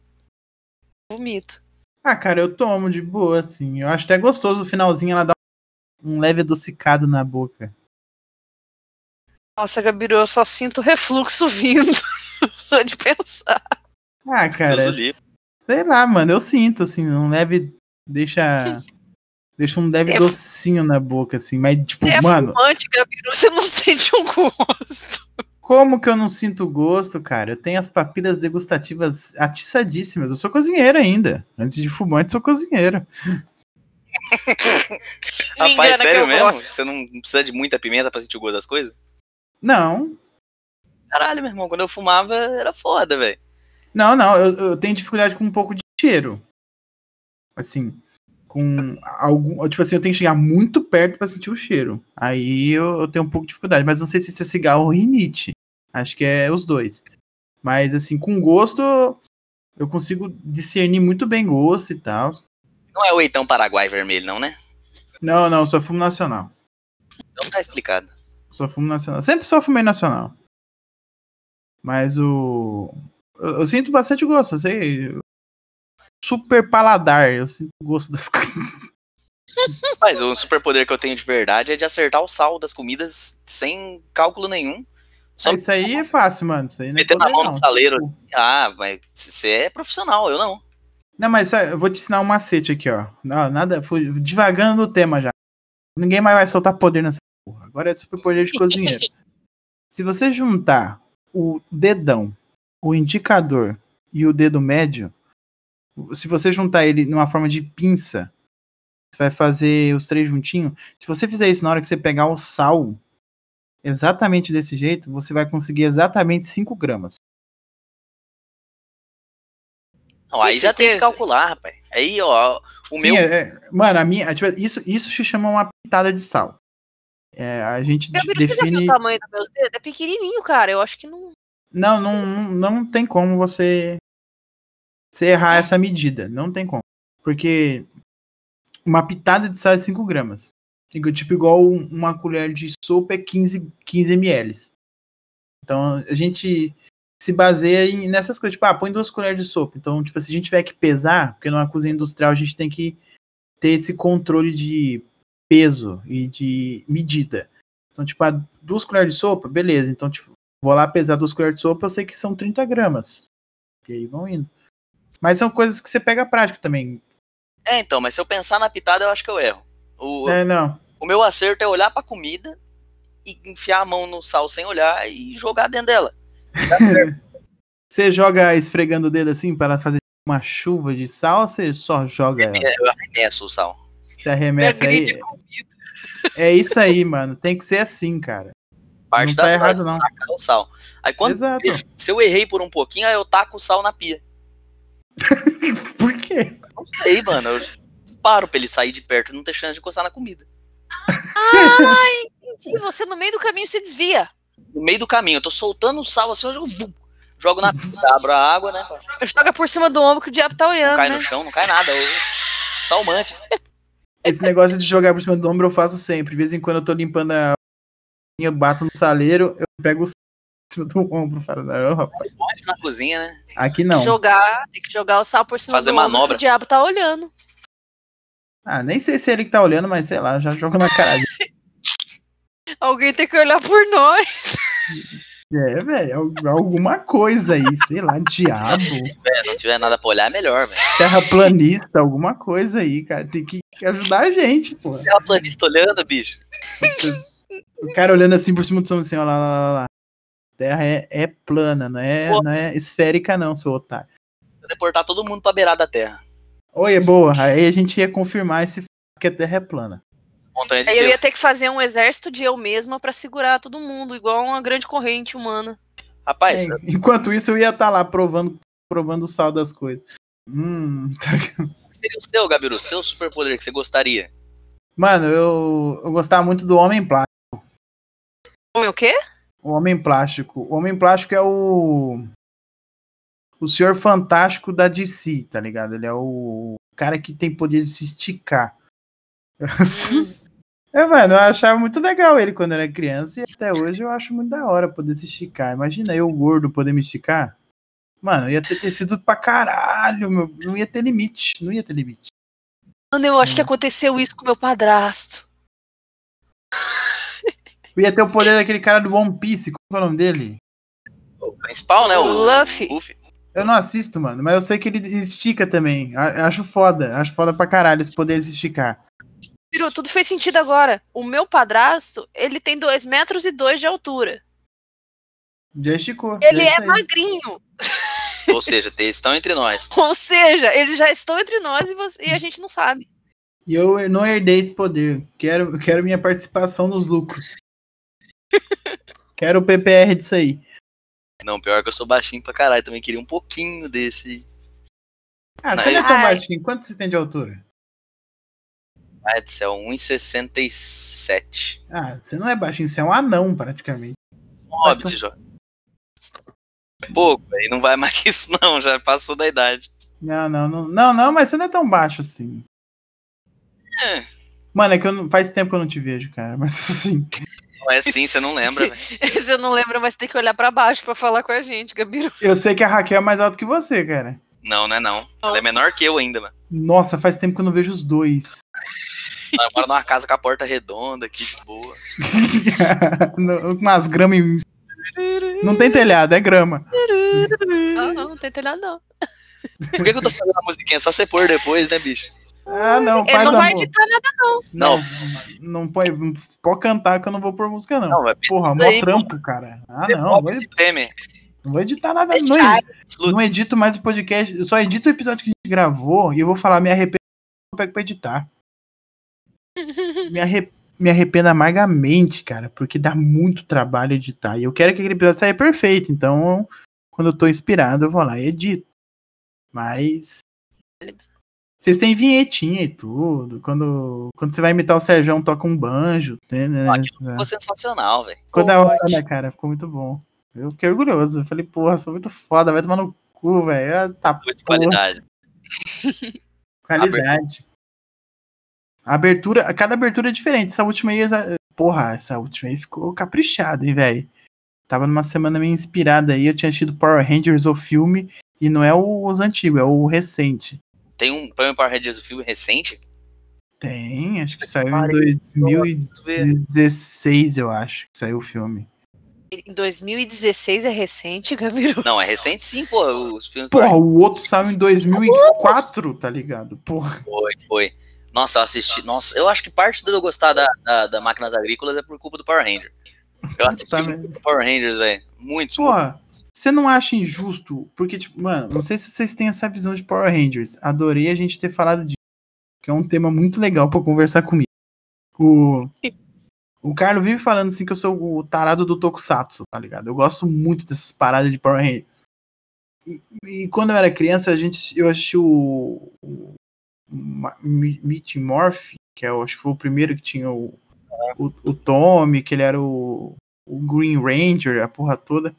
[SPEAKER 2] vomito.
[SPEAKER 1] Ah, cara, eu tomo de boa, assim. Eu acho até gostoso o finalzinho, ela dá um leve adocicado na boca.
[SPEAKER 2] Nossa, Gabiru, eu só sinto refluxo vindo. Só de pensar.
[SPEAKER 1] Ah, cara.
[SPEAKER 3] Deus o livre.
[SPEAKER 1] Sei lá, mano, eu sinto, assim, um leve. Deixa. Deixa um leve
[SPEAKER 2] É fu-
[SPEAKER 1] docinho na boca, assim. Mas, tipo,
[SPEAKER 2] É
[SPEAKER 1] mano,
[SPEAKER 2] fumante, Gabiru, você não sente um gosto.
[SPEAKER 1] como que eu não sinto gosto, cara? Eu tenho as papilas degustativas atiçadíssimas. Eu sou cozinheiro ainda. Antes de fumante, sou cozinheiro.
[SPEAKER 2] Me engana
[SPEAKER 3] Rapaz,
[SPEAKER 2] que
[SPEAKER 3] sério
[SPEAKER 2] eu
[SPEAKER 3] mesmo?
[SPEAKER 2] gosto.
[SPEAKER 3] Você não precisa de muita pimenta pra sentir o gosto das coisas?
[SPEAKER 1] Não,
[SPEAKER 3] Caralho, meu irmão, quando eu fumava era foda, velho.
[SPEAKER 1] não, não. Eu, eu tenho dificuldade com um pouco de cheiro. Assim, com algum. Tipo assim, eu tenho que chegar muito perto pra sentir o cheiro. Aí eu, eu tenho um pouco de dificuldade. Mas não sei se isso é cigarro ou rinite. Acho que é os dois. Mas, assim, com gosto, eu consigo discernir muito bem gosto e tal.
[SPEAKER 3] Não é o Eitão Paraguai vermelho, não, né?
[SPEAKER 1] Não, não, só fumo nacional.
[SPEAKER 3] Então tá explicado.
[SPEAKER 1] Só fumo nacional. Sempre só fumei nacional. Mas o. Eu, eu sinto bastante gosto, eu sei. Super paladar, eu sinto gosto das coisas.
[SPEAKER 3] Mas o superpoder que eu tenho de verdade é de acertar o sal das comidas sem cálculo nenhum. Só
[SPEAKER 1] Isso aí é fácil, mano. Isso aí não é
[SPEAKER 3] Meter na
[SPEAKER 1] poder,
[SPEAKER 3] mão
[SPEAKER 1] não.
[SPEAKER 3] do saleiro.
[SPEAKER 1] Tipo,
[SPEAKER 3] Ah, mas você é profissional, eu não.
[SPEAKER 1] Não, mas sabe, eu vou te ensinar um macete aqui, ó. Não, nada, fui devagando no tema já. Ninguém mais vai soltar poder nessa porra. Agora é super poder de cozinheiro. Se você juntar o dedão, o indicador e o dedo médio, se você juntar ele numa forma de pinça, você vai fazer os três juntinhos. Se você fizer isso na hora que você pegar o sal, exatamente desse jeito, você vai conseguir exatamente 5 gramas.
[SPEAKER 3] Não, aí
[SPEAKER 2] Com
[SPEAKER 3] já tem que
[SPEAKER 2] certeza.
[SPEAKER 3] calcular, rapaz. Aí, ó, o
[SPEAKER 1] Sim,
[SPEAKER 3] meu.
[SPEAKER 1] é- é. mano, a minha. tipo, isso, isso se chama uma pitada de sal. É, a gente de-
[SPEAKER 2] Gabiru, você já viu
[SPEAKER 1] define.
[SPEAKER 2] o tamanho dos meus dedos? É pequenininho, cara. Eu acho que não.
[SPEAKER 1] Não, não, não, não tem como você, você errar essa medida. Não tem como. Porque uma pitada de sal é 5 gramas. Igu- Tipo, igual um- uma colher de sopa é 15, 15 ml. Então a gente se baseia em- nessas coisas. Tipo, ah, põe duas colheres de sopa. Então, tipo, se a gente tiver que pesar, porque numa cozinha industrial a gente tem que ter esse controle de peso e de medida. Então, tipo, ah, duas colheres de sopa, beleza. Então, tipo, vou lá pesar duas colheres de sopa, eu sei que são 30 gramas. E aí vão indo. Mas são coisas que você pega prática também.
[SPEAKER 3] É, então, mas se eu pensar na pitada, eu acho que eu erro. O,
[SPEAKER 1] É, não.
[SPEAKER 3] o meu acerto é olhar pra comida e enfiar a mão no sal sem olhar e jogar dentro dela.
[SPEAKER 1] Você joga esfregando o dedo assim para fazer uma chuva de sal ou você só joga ela?
[SPEAKER 3] É, Eu arremesso o sal.
[SPEAKER 1] Você arremessa
[SPEAKER 2] Minha
[SPEAKER 1] aí?
[SPEAKER 2] grid
[SPEAKER 1] É isso aí, mano. Tem que ser assim, cara.
[SPEAKER 3] Parte
[SPEAKER 1] não tá
[SPEAKER 3] das
[SPEAKER 1] errado,
[SPEAKER 3] coisas, Ah,
[SPEAKER 1] não.
[SPEAKER 3] tacar o sal. Aí quando
[SPEAKER 1] Exato.
[SPEAKER 3] se eu errei por um pouquinho, aí eu taco o sal na pia.
[SPEAKER 1] Por quê?
[SPEAKER 3] Não sei, mano. Eu paro pra ele sair de perto e não ter chance de encostar na comida.
[SPEAKER 2] E você no meio do caminho se desvia.
[SPEAKER 3] No meio do caminho, eu tô soltando o sal assim, eu jogo, vum, jogo na pia, abro a água, né? pra-
[SPEAKER 2] Joga por cima do ombro que o diabo tá
[SPEAKER 3] Não
[SPEAKER 2] olhando.
[SPEAKER 3] cai
[SPEAKER 2] né?
[SPEAKER 3] no chão, não cai nada. Eu... Salmante.
[SPEAKER 1] Esse negócio de jogar por cima do ombro eu faço sempre. De vez em quando eu tô limpando a. Eu bato no saleiro, eu pego o sal por cima do ombro. Falo, não, rapaz.
[SPEAKER 3] Pode na cozinha, né?
[SPEAKER 1] Aqui não.
[SPEAKER 2] Jogar, tem que jogar o sal por cima
[SPEAKER 3] Fazer
[SPEAKER 2] do ombro que
[SPEAKER 3] manobra.
[SPEAKER 2] o diabo tá olhando.
[SPEAKER 1] Ah, nem sei se é ele que tá olhando, mas sei lá, já jogo na cara dele.
[SPEAKER 2] Alguém tem que olhar por nós.
[SPEAKER 1] É, velho, al- alguma coisa aí, sei lá, diabo,
[SPEAKER 3] É, não tiver nada pra olhar, é melhor, velho.
[SPEAKER 1] terraplanista, alguma coisa aí, cara. Tem que ajudar a gente, pô.
[SPEAKER 3] Terraplanista olhando, bicho.
[SPEAKER 1] O cara olhando assim por cima do som, assim, ó lá, lá, lá, lá. Terra é, é plana, não é,
[SPEAKER 3] Pô.
[SPEAKER 1] não é esférica, não, seu otário.
[SPEAKER 3] Vou Deportar todo mundo pra beirada da terra.
[SPEAKER 1] Oi, é boa. Aí a gente ia confirmar esse f- que a Terra é plana.
[SPEAKER 3] Montanha de
[SPEAKER 2] Aí eu
[SPEAKER 3] gelo.
[SPEAKER 2] ia ter que fazer um exército de eu mesma pra segurar todo mundo, igual uma grande corrente humana.
[SPEAKER 3] Rapaz,
[SPEAKER 1] É, enquanto isso, eu ia estar lá provando, provando o sal das coisas. Hum,
[SPEAKER 3] seria o seu, Gabiru, seu superpoder que você gostaria.
[SPEAKER 1] Mano, eu, eu gostava muito do Homem Plástico.
[SPEAKER 2] Homem, o quê?
[SPEAKER 1] O Homem Plástico. O Homem Plástico é o. O Senhor Fantástico da DC, tá ligado? Ele é o cara que tem poder de se esticar.
[SPEAKER 2] Hum.
[SPEAKER 1] É, mano, eu achava muito legal ele quando era criança e até hoje eu acho muito da hora poder se esticar. Imagina eu gordo poder me esticar. Mano, eu ia ter tecido pra caralho, meu. Não ia ter limite. Não ia ter limite.
[SPEAKER 2] Mano, eu acho que aconteceu isso com meu padrasto.
[SPEAKER 1] Eu ia ter o poder daquele cara do One Piece. Qual é o nome dele?
[SPEAKER 3] O principal, né?
[SPEAKER 2] O
[SPEAKER 3] O
[SPEAKER 2] Luffy.
[SPEAKER 3] Luffy.
[SPEAKER 1] Eu não assisto, mano, mas eu sei que ele estica também. A- Acho foda, acho foda pra caralho esse poder de esticar.
[SPEAKER 2] Virou, tudo fez sentido agora. O meu padrasto, ele tem 2 metros e dois de altura.
[SPEAKER 1] Já esticou.
[SPEAKER 2] Ele
[SPEAKER 1] já
[SPEAKER 2] é
[SPEAKER 1] sei.
[SPEAKER 2] magrinho.
[SPEAKER 3] Ou seja, te- estão entre nós.
[SPEAKER 2] Ou seja, eles já estão entre nós e, você- e a gente não sabe.
[SPEAKER 1] E eu não herdei esse poder. Quero, quero minha participação nos lucros. quero o PPR disso aí.
[SPEAKER 3] Não, pior que eu sou baixinho pra caralho. Também queria um pouquinho desse.
[SPEAKER 1] Ah,
[SPEAKER 3] Não,
[SPEAKER 1] você não é tão
[SPEAKER 2] ai.
[SPEAKER 1] baixinho. Quanto você tem de altura?
[SPEAKER 3] Ai, do céu, 1,67.
[SPEAKER 1] Ah, você não é baixinho, você é um anão praticamente.
[SPEAKER 3] Hobbit, Um Jó. É pouco, aí não vai mais que isso, não. Já passou da idade.
[SPEAKER 1] Não, não, não, não, não, mas você não é tão baixo assim.
[SPEAKER 3] É.
[SPEAKER 1] Mano, é que eu não, faz tempo que eu não te vejo, cara. Mas assim,
[SPEAKER 3] Não é assim, você não lembra, velho.
[SPEAKER 2] Você não lembra, mas tem que olhar pra baixo pra falar com a gente, Gabiru.
[SPEAKER 1] eu sei que a Raquel é mais alta que você, cara.
[SPEAKER 3] Não, não é não. Ela é menor que eu ainda, mano.
[SPEAKER 1] Nossa, faz tempo que eu não vejo os dois.
[SPEAKER 3] Ela mora numa casa com a porta redonda aqui, de boa.
[SPEAKER 1] No- com umas gramas. em- Não tem telhado, é grama.
[SPEAKER 2] Não, não, não tem telhado, não.
[SPEAKER 3] Por que, que eu tô fazendo a musiquinha? É Só você pôr depois, né, bicho?
[SPEAKER 1] Ah, não,
[SPEAKER 2] Ele
[SPEAKER 1] faz
[SPEAKER 2] não
[SPEAKER 1] amor.
[SPEAKER 2] vai editar nada.
[SPEAKER 1] Não, não pode, não pode cantar que eu não vou pôr música, não.
[SPEAKER 3] Não, é
[SPEAKER 1] Porra,
[SPEAKER 3] pesquisa
[SPEAKER 1] mó
[SPEAKER 3] aí,
[SPEAKER 1] trampo, cara. Ah, não, vou-
[SPEAKER 3] Hobbit de Temer.
[SPEAKER 1] não vou editar nada. Não,
[SPEAKER 2] Deixar.
[SPEAKER 1] edi- não edito mais o podcast. Eu só edito o episódio que a gente gravou e eu vou falar, me arrependo, eu pego pra editar. Me, arre... me arrependo amargamente, cara, porque dá muito trabalho editar. E eu quero que aquele episódio saia perfeito. Então, quando eu tô inspirado, eu vou lá e edito. Mas. Vocês têm vinhetinha e tudo. Quando, quando você vai imitar o Serjão, toca um banjo. Né, né,
[SPEAKER 3] Ah, que
[SPEAKER 1] né.
[SPEAKER 3] Ficou sensacional, velho.
[SPEAKER 1] Ficou da hora,
[SPEAKER 2] Ótimo.
[SPEAKER 1] né, cara? Ficou muito bom. Eu fiquei orgulhoso. Eu falei, porra, sou muito foda, vai tomar no cu, velho. Ah, Tá,
[SPEAKER 3] Foi de
[SPEAKER 1] porra,
[SPEAKER 3] qualidade.
[SPEAKER 1] qualidade. Abertura, cada abertura é diferente. Essa última aí, essa- porra, essa última aí ficou caprichada, hein, velho. Tava numa semana meio inspirada aí. Eu tinha tido Power Rangers, o filme, e não é o- os antigos, é o recente.
[SPEAKER 3] Tem um Prêmio Power Rangers, um filme recente?
[SPEAKER 1] Tem, acho que saiu em
[SPEAKER 3] pariu,
[SPEAKER 1] 2016, eu acho. Que saiu o filme.
[SPEAKER 2] Em 2016 é recente, Gabiru.
[SPEAKER 3] Não, é recente sim, pô. Os filmes
[SPEAKER 1] Porra, o outro saiu em 2004, tá ligado? Porra.
[SPEAKER 3] Foi, foi. Nossa, eu assisti. Nossa, eu acho que parte de eu gostar da, da, da Máquinas Agrícolas é por culpa do Power Ranger. Eu assisti
[SPEAKER 1] Tá
[SPEAKER 3] muito Power Rangers, velho. Muitos.
[SPEAKER 1] Porra, você não acha injusto? Porque, tipo, mano, não sei se vocês têm essa visão de Power Rangers. Adorei a gente ter falado disso. Que é um tema muito legal pra conversar comigo. O. O Carlos vive falando assim que eu sou o tarado do Tokusatsu, tá ligado? Eu gosto muito dessas paradas de Power Rangers. E, e quando eu era criança, a gente, eu assisti o, o Ma- Mi- Meat Morph, que é, o- acho que foi o primeiro que tinha o, o, o Tommy, que ele era o, o Green Ranger, a porra toda.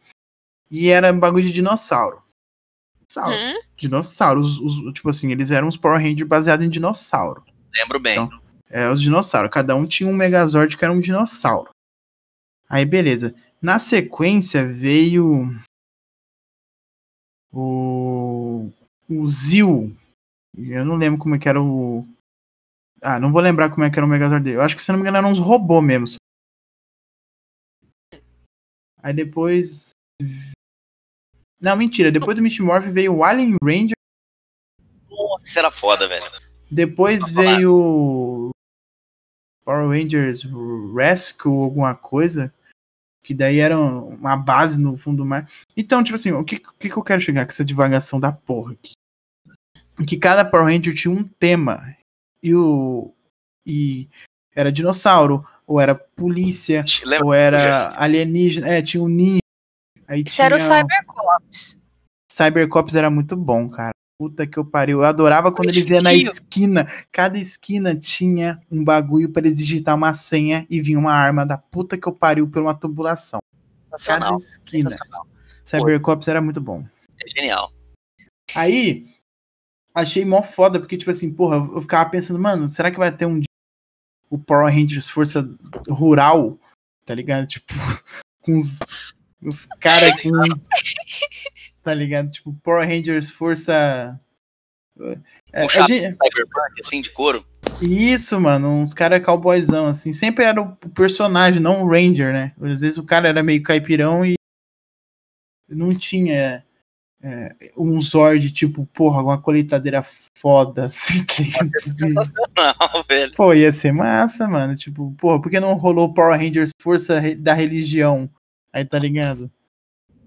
[SPEAKER 1] E era um bagulho de dinossauro. Dinossauro.
[SPEAKER 2] Hum?
[SPEAKER 1] Dinossauros. Os, os- tipo assim, eles eram uns Power Rangers baseados em dinossauro.
[SPEAKER 3] Lembro bem.
[SPEAKER 1] Então, É, os dinossauros. Cada um tinha um Megazord que era um dinossauro. Aí, beleza. Na sequência veio. O. O Zil. Eu não lembro como é que era o. Ah, não vou lembrar como é que era o Megazord dele. Eu acho que, se não me engano, eram uns robôs mesmo. Aí depois. Não, mentira. Depois do Meat Morph veio o Alien Ranger.
[SPEAKER 3] Nossa, isso era foda, velho.
[SPEAKER 1] Depois
[SPEAKER 3] Nossa,
[SPEAKER 1] veio. Power Rangers Rescue, alguma coisa. Que daí era uma base no fundo do mar. Então, tipo assim, o que, o que que eu quero chegar com essa divagação da porra aqui? Que cada Power Ranger tinha um tema. E o. E era dinossauro, ou era polícia,
[SPEAKER 3] Lembra?
[SPEAKER 1] ou era alienígena, é, tinha um ninja. Aí
[SPEAKER 2] Isso era o
[SPEAKER 1] tinha-
[SPEAKER 2] Cybercops.
[SPEAKER 1] Cybercops era muito bom, cara. Puta que eu pariu. Eu adorava quando eles iam na
[SPEAKER 3] Bonitinho.
[SPEAKER 1] esquina. Cada esquina tinha um bagulho pra eles digitar uma senha e vinha uma arma da puta que eu pariu por uma tubulação. Cada
[SPEAKER 3] Sensacional.
[SPEAKER 1] esquina.
[SPEAKER 3] sensacional.
[SPEAKER 1] Cybercops era muito bom.
[SPEAKER 3] É genial.
[SPEAKER 1] Aí, achei mó foda, porque, tipo assim, porra, eu ficava pensando, mano, será que vai ter um dia o Power Rangers Força Rural, tá ligado? Tipo, com os, os caras com. Tá ligado? Tipo, Power Rangers Força. É,
[SPEAKER 3] Um chapéu.
[SPEAKER 1] a gente-
[SPEAKER 3] Cyberpunk, assim, de couro.
[SPEAKER 1] isso, mano, uns caras cowboyzão, assim. Sempre era o personagem, não o Ranger, né? Às vezes o cara era meio caipirão e não tinha é, um Zord, tipo, porra, uma colheitadeira foda, assim. que-
[SPEAKER 3] Sensacional, velho.
[SPEAKER 1] Pô, ia ser massa, mano. Tipo, porra, por que não rolou Power Rangers Força Re- da Religião? Aí, tá ligado?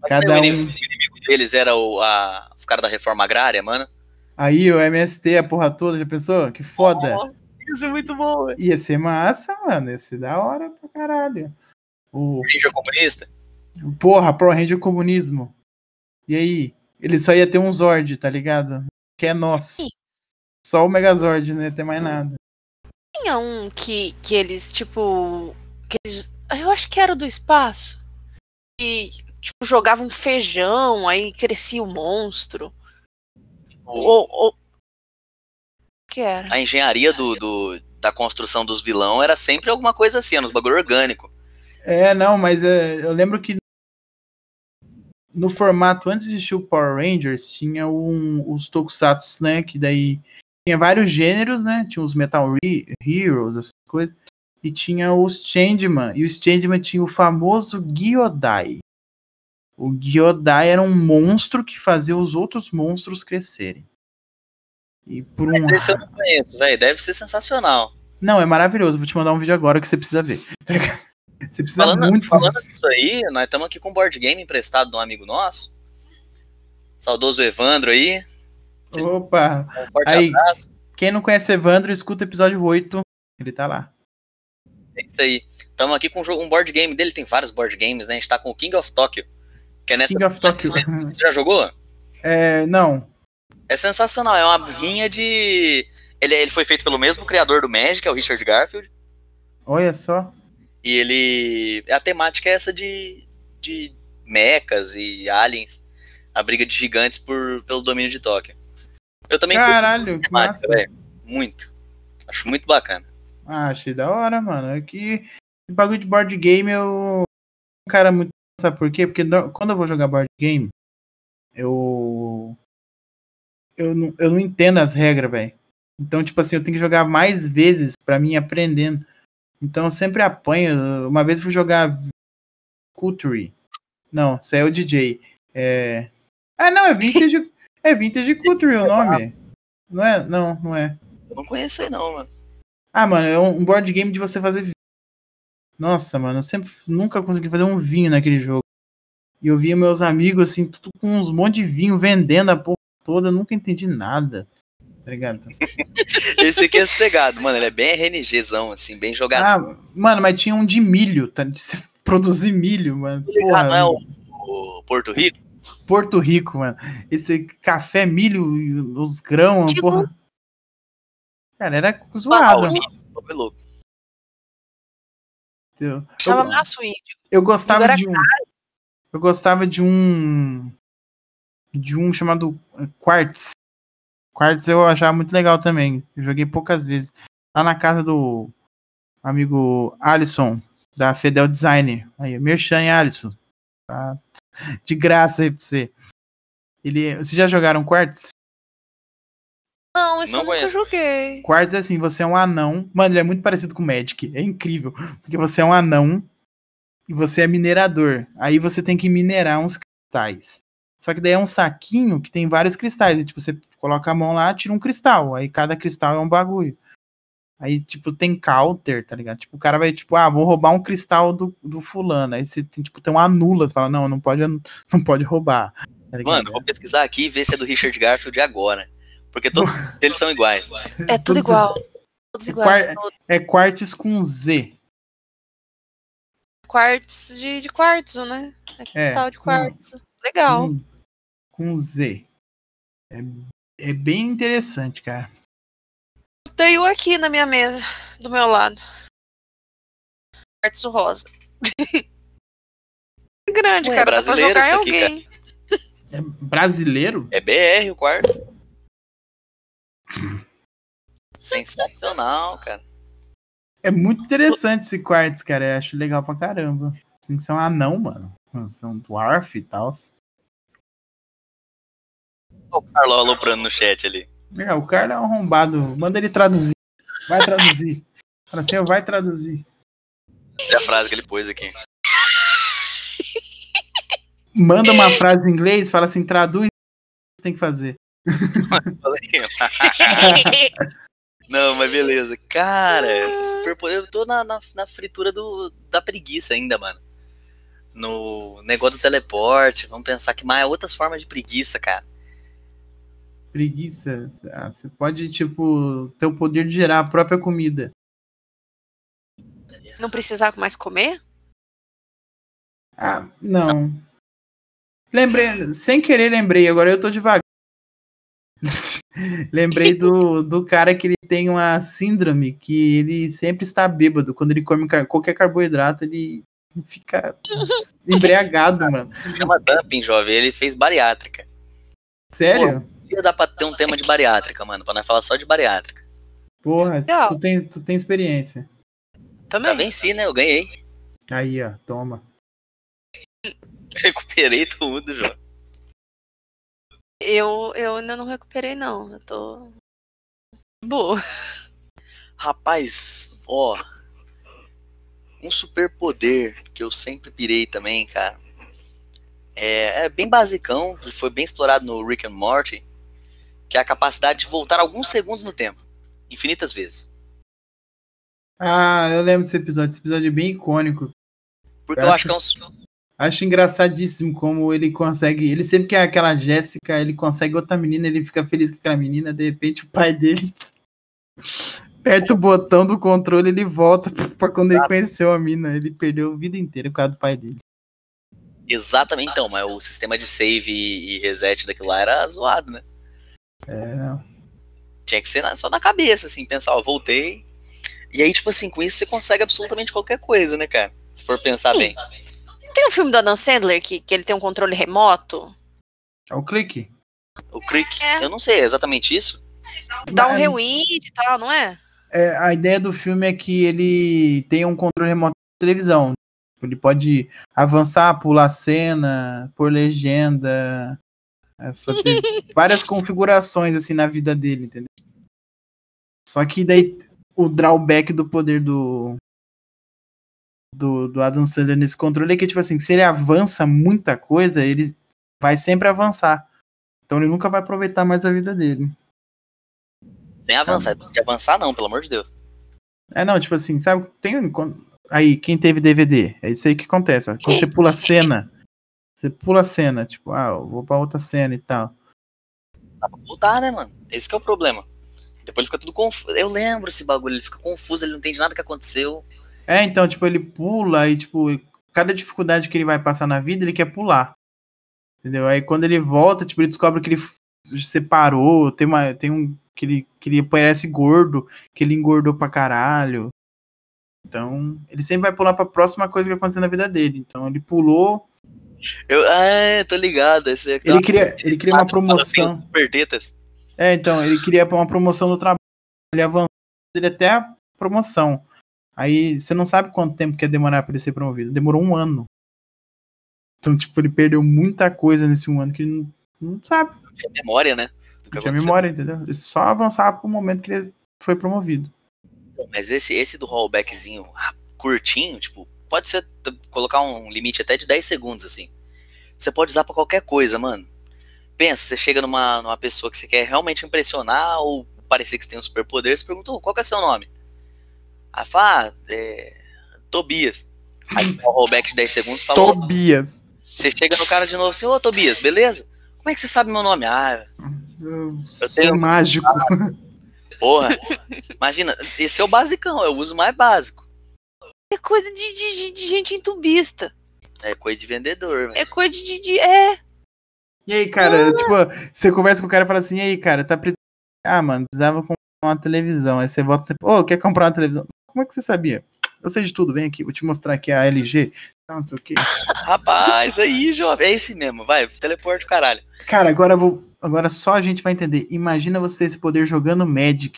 [SPEAKER 1] Cada
[SPEAKER 3] o
[SPEAKER 1] um.
[SPEAKER 3] inimigo, o inimigo deles era o, a- os caras da reforma agrária, mano.
[SPEAKER 1] Aí o MST, a porra toda, já pensou? Que foda.
[SPEAKER 3] Isso é muito bom, velho.
[SPEAKER 1] Ia ser massa, mano. Ia ser da hora pra caralho. O
[SPEAKER 3] Ranger comunista.
[SPEAKER 1] Porra, Power Ranger é comunismo. E aí? Ele só ia ter um Zord, tá ligado? Que é nosso.
[SPEAKER 2] Sim.
[SPEAKER 1] Só o Megazord, não ia ter mais nada.
[SPEAKER 2] Tinha um que, que eles, tipo. que eles- eu acho que era do espaço. E, tipo, jogavam feijão, aí crescia o monstro.
[SPEAKER 3] O-
[SPEAKER 2] Ou. ou... O que era?
[SPEAKER 3] a engenharia do, do- da construção dos vilão era sempre alguma coisa assim, nos bagulho orgânico.
[SPEAKER 1] É, não, mas é, eu lembro que no formato, antes de existir o Power Rangers, tinha um, os Tokusatsu, né? Que daí tinha vários gêneros, né? Tinha os Metal Re- Heroes, essas coisas. E tinha os Changeman. E os Changeman tinha o famoso Giodai. O Giodai era um monstro que fazia os outros monstros crescerem. E por um.
[SPEAKER 3] Mas esse eu não conheço, velho. Deve ser sensacional.
[SPEAKER 1] Não, é maravilhoso. Vou te mandar um vídeo agora que você precisa ver. Você precisa
[SPEAKER 3] Falando,
[SPEAKER 1] é muito
[SPEAKER 3] falando disso aí, nós estamos aqui com um board game emprestado de um amigo nosso. Saudoso Evandro aí.
[SPEAKER 1] Opa!
[SPEAKER 3] Um forte
[SPEAKER 1] Aí.
[SPEAKER 3] abraço.
[SPEAKER 1] Quem não conhece Evandro, escuta o episódio 8. Ele tá lá.
[SPEAKER 3] É isso aí. Estamos aqui com um, jogo, um board game dele. Tem vários board games, né? A gente tá com o King of Tokyo. Que é nessa.
[SPEAKER 1] King of Tokyo.
[SPEAKER 3] Você já jogou?
[SPEAKER 1] É, não.
[SPEAKER 3] É sensacional. É uma rinha de. Ele, ele foi feito pelo mesmo criador do Magic, que é o Richard Garfield.
[SPEAKER 1] Olha só.
[SPEAKER 3] E ele. A temática é essa de, de mechas e aliens. A briga de gigantes por, pelo domínio de Tóquio. Eu também curto
[SPEAKER 1] Caralho,
[SPEAKER 3] a
[SPEAKER 1] que massa.
[SPEAKER 3] temática, velho. Muito. Acho muito bacana.
[SPEAKER 1] Ah, achei da hora, mano. É que esse bagulho de board game eu. Um cara muito. Sabe por quê? Porque no- quando eu vou jogar board game, eu. Eu não, eu não entendo as regras, velho. Então, tipo assim, eu tenho que jogar mais vezes pra mim ir aprendendo. Então eu sempre apanho. Uma vez eu fui jogar Culture. Não, isso aí é o DJ. É... Ah, não, é Vintage. é Vintage Culture o nome. Não é? Não, não é.
[SPEAKER 3] Eu não conheço aí, não, mano.
[SPEAKER 1] Ah, mano, é um um board game de você fazer vinho. Nossa, mano, eu sempre nunca consegui fazer um vinho naquele jogo. E eu via meus amigos, assim, tudo com uns monte de vinho vendendo a porra toda, eu nunca entendi nada. Tá ligado?
[SPEAKER 3] Esse aqui é sossegado, mano. Ele é bem RNGzão, assim, bem jogado.
[SPEAKER 1] Ah, mano, mas tinha um de milho, tá? De você produzir milho, mano.
[SPEAKER 3] Ah, não é
[SPEAKER 1] Porra,
[SPEAKER 3] o, o Porto Rico?
[SPEAKER 1] Porto Rico, mano. Esse café, milho, e os grãos,
[SPEAKER 2] Tipo-
[SPEAKER 1] porra. Cara, era
[SPEAKER 3] Ah,
[SPEAKER 1] zoado.
[SPEAKER 3] o Nico, o é louco.
[SPEAKER 1] Eu,
[SPEAKER 2] Chama Maço Índio.
[SPEAKER 1] eu gostava
[SPEAKER 2] Agora
[SPEAKER 1] de um. Eu gostava de um. De um chamado eh, Quartz. Quartz eu achava muito legal também. Eu joguei poucas vezes. Lá na casa do amigo Alisson, da Fedel Design. Aí, Merchan, hein, Alisson. Tá de graça aí pra você. Ele, vocês já jogaram Quartz?
[SPEAKER 2] Não, isso
[SPEAKER 3] Não
[SPEAKER 2] eu nunca
[SPEAKER 3] conheço.
[SPEAKER 2] joguei.
[SPEAKER 1] Quartz é assim, você é um anão. Mano, ele é muito parecido com o Magic. É incrível. Porque você é um anão e você é minerador. Aí você tem que minerar uns cristais. Só que daí é um saquinho que tem vários cristais. E, tipo, você coloca a mão lá, tira um cristal. Aí cada cristal é um bagulho. Aí, tipo, tem counter, tá ligado? Tipo, o cara vai, tipo, ah, vou roubar um cristal do, do fulano. Aí você tem, tipo, tem um anula, você fala, não, não pode, não pode roubar. Tá
[SPEAKER 3] Mano, vou pesquisar aqui e ver se é do Richard Garfield agora. Porque todos eles são iguais.
[SPEAKER 2] É tudo igual. Todos
[SPEAKER 1] É,
[SPEAKER 2] iguais.
[SPEAKER 1] quar-
[SPEAKER 2] todos.
[SPEAKER 1] é quartz com Z.
[SPEAKER 2] Quartz de, de quartzo, né? É cristal de
[SPEAKER 1] com-
[SPEAKER 2] quartzo.
[SPEAKER 3] Hum.
[SPEAKER 2] Legal.
[SPEAKER 1] Com, com Z. É, é bem interessante, cara.
[SPEAKER 2] Tenho aqui na minha mesa, do meu lado. Quartzo rosa. É grande,
[SPEAKER 3] Ué,
[SPEAKER 2] cara. Dá pra jogar
[SPEAKER 3] brasileiro
[SPEAKER 2] em
[SPEAKER 3] isso aqui, cara.
[SPEAKER 2] alguém.
[SPEAKER 1] É brasileiro?
[SPEAKER 3] É BR o quarto. Sensacional, cara.
[SPEAKER 1] É muito interessante esse quartz, cara. Eu acho legal pra caramba. Tem que ser um anão, mano. Ser um dwarf e tal.
[SPEAKER 3] Olha o Carlos aloprando no chat ali.
[SPEAKER 1] É, o cara é um arrombado. Manda ele traduzir. Vai traduzir. Fala assim, ó, vai traduzir.
[SPEAKER 3] Olha É a frase que ele pôs aqui.
[SPEAKER 1] Manda uma frase em inglês, fala assim, traduz o que você tem que fazer.
[SPEAKER 3] Não, mas beleza. Cara, superpoder. Eu tô na, na, na fritura do, da preguiça ainda, mano. No negócio do teleporte. Vamos pensar que mais outras formas de preguiça, cara.
[SPEAKER 1] Preguiça. Ah, Você pode, tipo, ter o poder de gerar a própria comida.
[SPEAKER 2] Não precisar mais comer?
[SPEAKER 1] Ah, não. Lembrei, sem querer lembrei, agora eu tô devagar. lembrei do, do cara que ele tem uma síndrome que ele sempre está bêbado. Quando ele come car- qualquer carboidrato, ele fica embriagado, mano.
[SPEAKER 3] Chama dumping, jovem. Ele fez bariátrica.
[SPEAKER 1] Sério?
[SPEAKER 3] Ia dar pra ter um tema de bariátrica, mano. Pra nós falar só de bariátrica.
[SPEAKER 1] Porra,
[SPEAKER 2] Legal.
[SPEAKER 1] tu tem, tu tem experiência.
[SPEAKER 3] Já
[SPEAKER 2] Também.
[SPEAKER 3] venci, né? Eu ganhei.
[SPEAKER 1] Aí, ó, toma.
[SPEAKER 3] Recuperei tudo, jovem.
[SPEAKER 2] Eu, eu ainda não recuperei, não. Eu tô. Boa.
[SPEAKER 3] Rapaz, ó. Um superpoder que eu sempre pirei também, cara. É, é bem basicão, foi bem explorado no Rick and Morty, que é a capacidade de voltar alguns segundos no tempo, infinitas vezes.
[SPEAKER 1] Ah, eu lembro desse episódio. Esse episódio é bem icônico.
[SPEAKER 3] Porque
[SPEAKER 1] Eu
[SPEAKER 3] eu acho
[SPEAKER 1] acho-
[SPEAKER 3] que é um su-
[SPEAKER 1] Acho engraçadíssimo como ele consegue. Ele sempre que é aquela Jéssica, ele consegue outra menina, ele fica feliz com aquela menina, de repente o pai dele aperta o botão do controle, ele volta pra quando ele conheceu a mina. Ele perdeu a vida inteira por causa do pai dele.
[SPEAKER 3] exatamente então, mas o sistema de save e, e reset daquilo lá era zoado, né?
[SPEAKER 1] É, não.
[SPEAKER 3] Tinha que ser na- só na cabeça, assim, pensar, ó, voltei. E aí, tipo assim, com isso você consegue absolutamente qualquer coisa, né, cara? Se for pensar
[SPEAKER 2] Sim.
[SPEAKER 3] bem.
[SPEAKER 2] Não tem um filme do Adam Sandler que, que ele tem um controle remoto?
[SPEAKER 1] É o clique.
[SPEAKER 3] O Crick,
[SPEAKER 2] É.
[SPEAKER 3] eu não sei, é exatamente isso?
[SPEAKER 2] Dá um
[SPEAKER 1] Ah,
[SPEAKER 2] rewind e tal, não é?
[SPEAKER 1] É, a ideia do filme é que ele tem um controle remoto de televisão. Tipo, Ele pode avançar, pular cena, pôr legenda, é, fazer várias configurações assim na vida dele, entendeu? Só que daí o drawback do poder do do, do Adam Sandler nesse controle é que tipo assim, se ele avança muita coisa, ele vai sempre avançar. Então ele nunca vai aproveitar mais a vida dele.
[SPEAKER 3] Sem
[SPEAKER 1] Tá.
[SPEAKER 3] avançar. De avançar não, pelo amor de Deus.
[SPEAKER 1] É, não, tipo assim, sabe? Tem. quando- Aí, quem teve DVD? É isso aí que acontece, ó. Quando você pula a cena, você pula a cena, tipo, ah, eu vou pra outra cena e tal.
[SPEAKER 3] Dá pra voltar, né, mano? Esse que é o problema. Depois ele fica tudo confuso. Eu lembro esse bagulho, ele fica confuso, ele não entende nada que aconteceu.
[SPEAKER 1] É, então, tipo, ele pula e, tipo, cada dificuldade que ele vai passar na vida, ele quer pular. Entendeu? Aí quando ele volta, tipo, ele descobre que ele f- separou, tem uma. Tem um. Que ele, que ele parece gordo, que ele engordou pra caralho. Então, ele sempre vai pular pra próxima coisa que aconteceu na vida dele. Então, ele pulou.
[SPEAKER 3] Eu, ah, tô ligado. Esse é que
[SPEAKER 1] Ele
[SPEAKER 3] tá-
[SPEAKER 1] queria, ele queria
[SPEAKER 3] Ah,
[SPEAKER 1] uma
[SPEAKER 3] ele fala, "Tem
[SPEAKER 1] promoção.
[SPEAKER 3] os super tetas.
[SPEAKER 1] É, então, ele queria uma promoção do trabalho, ele avançou ele até a promoção. Aí você não sabe quanto tempo que ia demorar pra ele ser promovido. Demorou um ano. Então, tipo, ele perdeu muita coisa nesse um ano que ele não, não sabe.
[SPEAKER 3] Não Tinha memória, né? Do que
[SPEAKER 1] Não tinha
[SPEAKER 3] aconteceu.
[SPEAKER 1] memória, entendeu? Ele só avançava pro momento que ele foi promovido.
[SPEAKER 3] Mas esse, esse do rollbackzinho ah, curtinho, tipo, pode ser t- colocar um limite até de 10 segundos, assim. Você pode usar pra qualquer coisa, mano. Pensa, você chega numa, numa pessoa que você quer realmente impressionar ou parecer que você tem um superpoder, você pergunta, "Ô, qual que é seu nome? Aí fala, ah, é... Tobias. Aí dá um rollback de 10 segundos e fala, "Ô,
[SPEAKER 1] Tobias.
[SPEAKER 3] você chega no cara de novo assim, ô Tobias, beleza? Como é que você sabe meu nome? Ah,
[SPEAKER 1] Eu sou
[SPEAKER 3] tenho-
[SPEAKER 1] mágico.
[SPEAKER 3] porra. Imagina, esse é o basicão, eu uso o mais básico.
[SPEAKER 2] É coisa de, de- de- de gente entubista.
[SPEAKER 3] É coisa de vendedor, velho.
[SPEAKER 2] É coisa de. de- é.
[SPEAKER 1] E aí, cara, tipo, você conversa com o cara e fala assim, e aí, cara, tá precisando. Ah, mano, precisava comprar uma televisão. Aí você volta. Ô, quer comprar uma televisão? Como é que você sabia? Eu sei de tudo, vem aqui, vou te mostrar aqui a LG. Não, não sei o quê.
[SPEAKER 3] Rapaz, aí, jovem. É esse mesmo, vai, teleporte o caralho.
[SPEAKER 1] Cara, agora eu vou. Agora só a gente vai entender. Imagina você ter esse poder jogando Magic.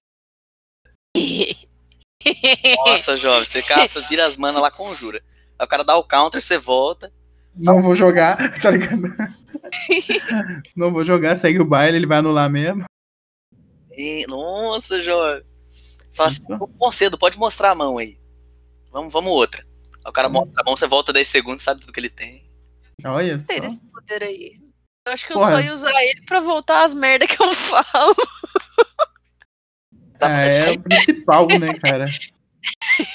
[SPEAKER 3] Nossa, jovem, você casta, vira as manas lá, conjura. Aí o cara dá o counter, você volta.
[SPEAKER 1] Não vou jogar, tá ligado? não vou jogar, segue o baile, ele vai anular mesmo.
[SPEAKER 3] E, nossa, jovem. Fala assim,
[SPEAKER 1] Isso.
[SPEAKER 3] "Pô, concedo, pode mostrar a mão aí. Vamos, vamos outra. Aí o
[SPEAKER 1] Hum.
[SPEAKER 3] cara mostra a mão, você volta 10 segundos, sabe tudo que ele tem.
[SPEAKER 1] Olha só.
[SPEAKER 2] Gostei desse poder aí. Eu acho que eu
[SPEAKER 1] Porra.
[SPEAKER 2] só ia usar ele pra voltar às merdas que eu falo.
[SPEAKER 3] Dá
[SPEAKER 1] Ah, é o principal, né, cara?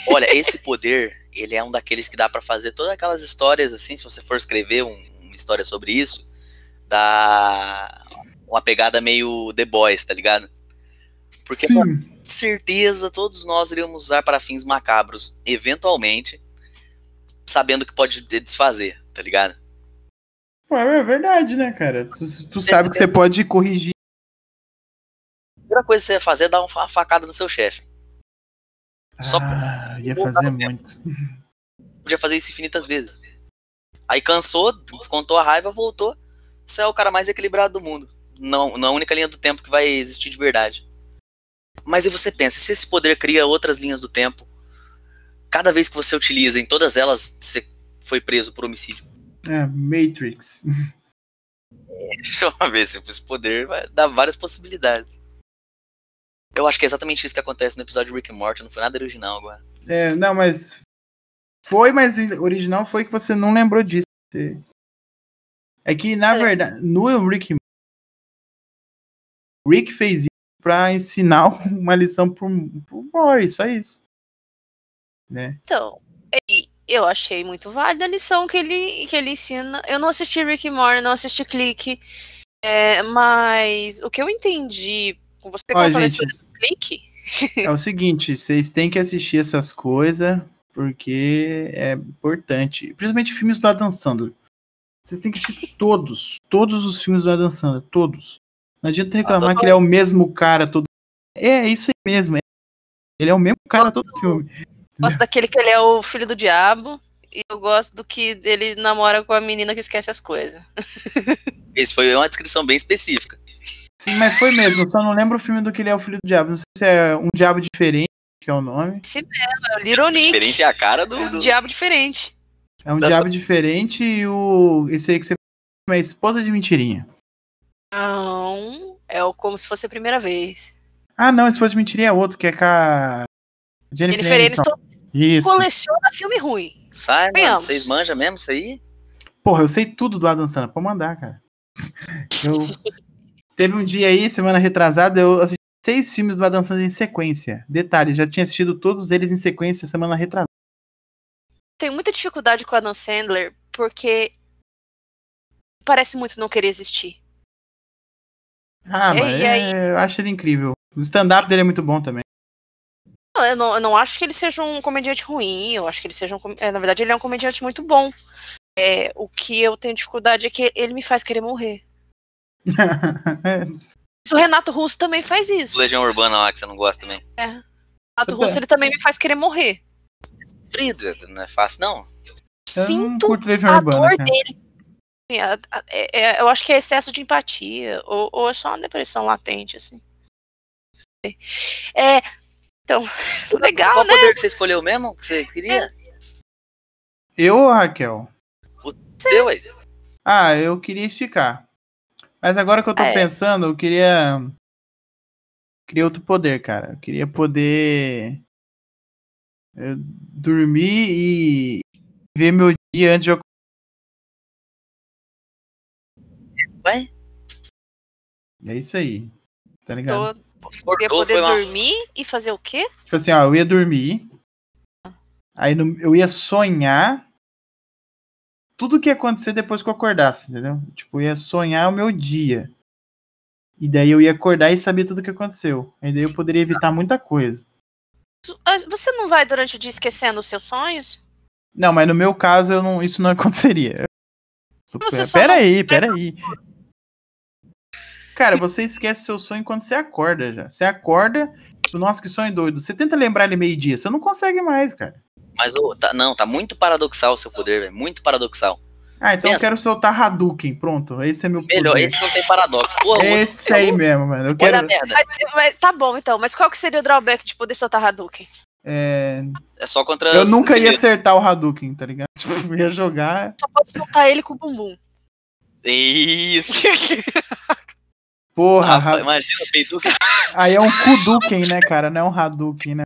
[SPEAKER 3] Olha, esse poder, ele é um daqueles que dá pra fazer todas aquelas histórias assim, se você for escrever um- uma história sobre isso, dá uma pegada meio The Boys, tá ligado? Porque
[SPEAKER 1] Sim.
[SPEAKER 3] com certeza todos nós iríamos usar para fins macabros, eventualmente, sabendo que pode de- desfazer, tá ligado?
[SPEAKER 1] Pô, é verdade, né, cara? Tu, tu sabe que você pode corrigir.
[SPEAKER 3] A primeira coisa que você ia fazer é dar uma facada no seu chefe. Só
[SPEAKER 1] Ah, ia fazer muito.
[SPEAKER 3] podia fazer isso infinitas vezes. Aí cansou, descontou a raiva, voltou. Você é o cara mais equilibrado do mundo. Não, na única linha do tempo que vai existir de verdade. Mas aí você pensa, se esse poder cria outras linhas do tempo, cada vez que você utiliza, em todas elas, você foi preso por homicídio.
[SPEAKER 1] É, Matrix.
[SPEAKER 3] Deixa eu ver se esse poder vai dar várias possibilidades. Eu acho que é exatamente isso que acontece no episódio de Rick and Morty, não foi nada original agora.
[SPEAKER 1] É, não, mas. Foi, mas o original foi que você não lembrou disso. Você- É que, na
[SPEAKER 2] É.
[SPEAKER 1] verdade, no Rick. Rick fez isso pra ensinar uma lição pro, pro Mori, só isso. Né?
[SPEAKER 2] Então, e eu achei muito válida a lição que ele, que ele ensina. Eu não assisti Rick and Morty, não assisti Clique, é, mas o que eu entendi com você
[SPEAKER 1] Ó,
[SPEAKER 2] contando a
[SPEAKER 1] gente.
[SPEAKER 2] história do Clique,
[SPEAKER 1] É o seguinte, vocês têm que assistir essas coisas, porque é importante. Principalmente filmes do Adam Sandler. Vocês têm que assistir todos, todos os filmes do Adam Sandler, todos. Não adianta reclamar
[SPEAKER 3] todo
[SPEAKER 1] que ele é o mesmo cara todo. É, é isso aí mesmo. é- Ele é o mesmo cara todo filme.
[SPEAKER 2] eu gosto daquele que ele é o filho do diabo, e eu gosto do que ele namora com a menina que esquece as coisas.
[SPEAKER 3] Isso foi uma descrição bem específica.
[SPEAKER 1] Sim, mas foi mesmo. Eu só não lembro o filme do que ele é o filho do diabo. Não sei se é um diabo diferente, que é o nome.
[SPEAKER 2] É o Little
[SPEAKER 3] Diferente
[SPEAKER 2] Nick,
[SPEAKER 3] é a cara do,
[SPEAKER 2] é um
[SPEAKER 3] do,
[SPEAKER 2] diabo diferente.
[SPEAKER 1] É um
[SPEAKER 3] Dessa-
[SPEAKER 1] diabo diferente e o. Esse aí que você é esposa de mentirinha.
[SPEAKER 2] Não, é o como se fosse a primeira vez.
[SPEAKER 1] Ah, não, esposa de mentirinha é outro, que é com a. Jennifer,
[SPEAKER 2] Jennifer
[SPEAKER 1] Aniston.
[SPEAKER 2] Aniston
[SPEAKER 1] Isso.
[SPEAKER 2] coleciona filme ruim.
[SPEAKER 3] Sai, mano,
[SPEAKER 2] Venhamos.
[SPEAKER 3] vocês manjam mesmo isso aí?
[SPEAKER 1] Porra, eu sei tudo do Adam Sandler. Pode mandar, cara. Eu... Teve um dia aí, semana retrasada, eu assisti seis filmes do Adam Sandler em sequência. Detalhe, já tinha assistido todos eles em sequência semana retrasada.
[SPEAKER 2] tenho muita dificuldade com o Adam Sandler porque parece muito não querer existir.
[SPEAKER 1] Ah,
[SPEAKER 2] E
[SPEAKER 1] mas
[SPEAKER 2] aí,
[SPEAKER 1] é- eu acho ele incrível. O stand-up dele é muito bom também.
[SPEAKER 2] Não, eu, não, eu não acho que ele seja um comediante ruim, eu acho que ele seja um. com- é, na verdade, ele é um comediante muito bom. É, o que eu tenho dificuldade é que ele me faz querer morrer.
[SPEAKER 1] É,
[SPEAKER 2] Mas O Renato Russo também faz
[SPEAKER 3] O
[SPEAKER 2] isso.
[SPEAKER 3] Legião Urbana lá que você não gosta também.
[SPEAKER 2] O Renato Russo ele também me faz querer morrer.
[SPEAKER 3] Frida, não é fácil não.
[SPEAKER 1] eu não
[SPEAKER 2] Sinto
[SPEAKER 1] curto Legião
[SPEAKER 2] a
[SPEAKER 1] Urbana,
[SPEAKER 2] dor
[SPEAKER 1] cara.
[SPEAKER 2] dele. Assim, a- a- é- é- eu acho que é excesso de empatia, ou, ou é só uma depressão latente, assim. É, então, legal, né?
[SPEAKER 3] Qual poder que você escolheu mesmo? Que você queria?
[SPEAKER 1] Eu ou Raquel?
[SPEAKER 3] Seu, ué.
[SPEAKER 1] Ah, eu queria esticar. Mas agora que eu tô
[SPEAKER 2] Ah, é.
[SPEAKER 1] pensando, eu queria. Queria outro poder, cara. Eu queria poder. eh, dormir e. viver meu dia antes de eu.
[SPEAKER 3] Ué?
[SPEAKER 1] É isso aí. Tá ligado?
[SPEAKER 2] Tô, queria
[SPEAKER 3] Acordou,
[SPEAKER 2] poder
[SPEAKER 3] foi lá.
[SPEAKER 2] dormir e fazer o quê?
[SPEAKER 1] Tipo assim, ó, eu ia dormir. Aí no- eu ia sonhar tudo que ia acontecer depois que eu acordasse, entendeu? Tipo, eu ia sonhar o meu dia. E daí eu ia acordar e saber tudo o que aconteceu. Aí daí eu poderia evitar muita coisa.
[SPEAKER 2] Tu- ah, Você não vai durante o dia esquecendo os seus sonhos?
[SPEAKER 1] Não, mas no meu caso eu não, isso não aconteceria. Tipo,
[SPEAKER 2] Você só
[SPEAKER 1] Pera
[SPEAKER 2] não-
[SPEAKER 1] aí, pera aí. Cara, você esquece seu sonho quando você acorda já. Você acorda, tipo, nossa, que sonho doido. Você tenta lembrar ele meio-dia, você não consegue mais, cara.
[SPEAKER 3] Mas ô, tá- não, tá muito paradoxal o seu poder, velho. Muito paradoxal.
[SPEAKER 1] Ah, então eu
[SPEAKER 3] Pensa.
[SPEAKER 1] quero soltar Hadouken, pronto. Esse é meu
[SPEAKER 3] Melhor,
[SPEAKER 1] poder.
[SPEAKER 3] esse não tem paradoxo. Porra, o outro-
[SPEAKER 1] Esse aí mesmo, mano. Eu
[SPEAKER 3] Olha
[SPEAKER 1] quero.
[SPEAKER 3] a merda.
[SPEAKER 2] Mas, mas tá bom, então. Mas qual que seria o drawback de poder soltar Hadouken?
[SPEAKER 1] é,
[SPEAKER 3] É só contra.
[SPEAKER 1] Eu
[SPEAKER 3] os-
[SPEAKER 1] nunca
[SPEAKER 3] se
[SPEAKER 1] ia
[SPEAKER 3] vira.
[SPEAKER 1] acertar o Hadouken, tá ligado? Tipo, eu ia jogar.
[SPEAKER 2] Só pode soltar ele com o bumbum.
[SPEAKER 3] Isso.
[SPEAKER 1] Porra,
[SPEAKER 3] Rapaz,
[SPEAKER 1] Ha-
[SPEAKER 3] imagina, Peiduken.
[SPEAKER 1] aí é um Kuduken, né, cara? Não é um Hadouken, né?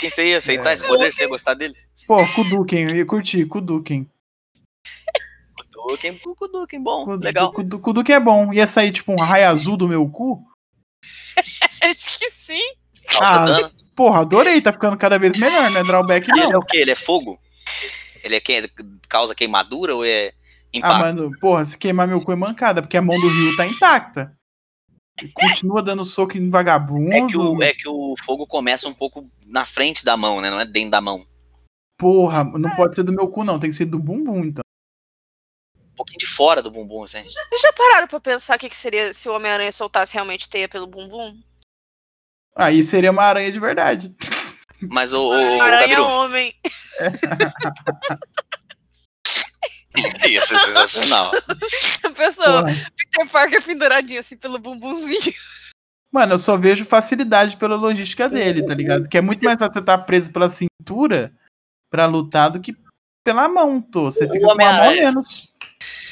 [SPEAKER 3] Quem você ia aceitar esse poder? Você ia gostar dele?
[SPEAKER 1] Pô, Kuduken, eu ia curtir, Kuduken.
[SPEAKER 3] Kuduken, Kuduken, bom,
[SPEAKER 1] Kudu-
[SPEAKER 3] legal.
[SPEAKER 1] Kudu- Kuduken é bom. Ia sair, tipo, um raio azul do meu cu.
[SPEAKER 2] Acho que sim.
[SPEAKER 1] Ah,
[SPEAKER 3] Alta dano.
[SPEAKER 1] Porra, adorei, tá ficando cada vez melhor, né? Drawback
[SPEAKER 3] E Ele é
[SPEAKER 1] não.
[SPEAKER 3] o quê? Ele é fogo? Ele é quem? Causa queimadura ou é
[SPEAKER 1] Ah,
[SPEAKER 3] impacto?
[SPEAKER 1] mano, porra, se queimar meu cu é mancada, porque a mão do Rio tá intacta. Continua dando soco em vagabundo.
[SPEAKER 3] é, que o, é que o fogo começa um pouco na frente da mão, né? Não é dentro da mão.
[SPEAKER 1] Porra,
[SPEAKER 3] É.
[SPEAKER 1] não pode ser do meu cu, não. Tem que ser do bumbum, então.
[SPEAKER 3] Um pouquinho de fora do bumbum, assim.
[SPEAKER 2] Vocês já pararam pra pensar o que, que seria se o Homem-Aranha soltasse realmente teia pelo bumbum?
[SPEAKER 1] Aí seria uma aranha de verdade.
[SPEAKER 3] Mas o,
[SPEAKER 2] O
[SPEAKER 3] o,
[SPEAKER 2] Aranha é
[SPEAKER 3] Gabiru,
[SPEAKER 2] homem.
[SPEAKER 3] isso é sensacional.
[SPEAKER 2] A pessoa,
[SPEAKER 1] Porra.
[SPEAKER 2] Peter Parker penduradinho assim pelo bumbumzinho.
[SPEAKER 1] Mano, eu só vejo facilidade pela logística dele, tá ligado? Que é muito mais fácil você estar preso pela cintura pra lutar do que pela mão, tô. Você
[SPEAKER 3] O
[SPEAKER 1] fica com a mão a
[SPEAKER 3] Homem-Aranha.
[SPEAKER 1] menos.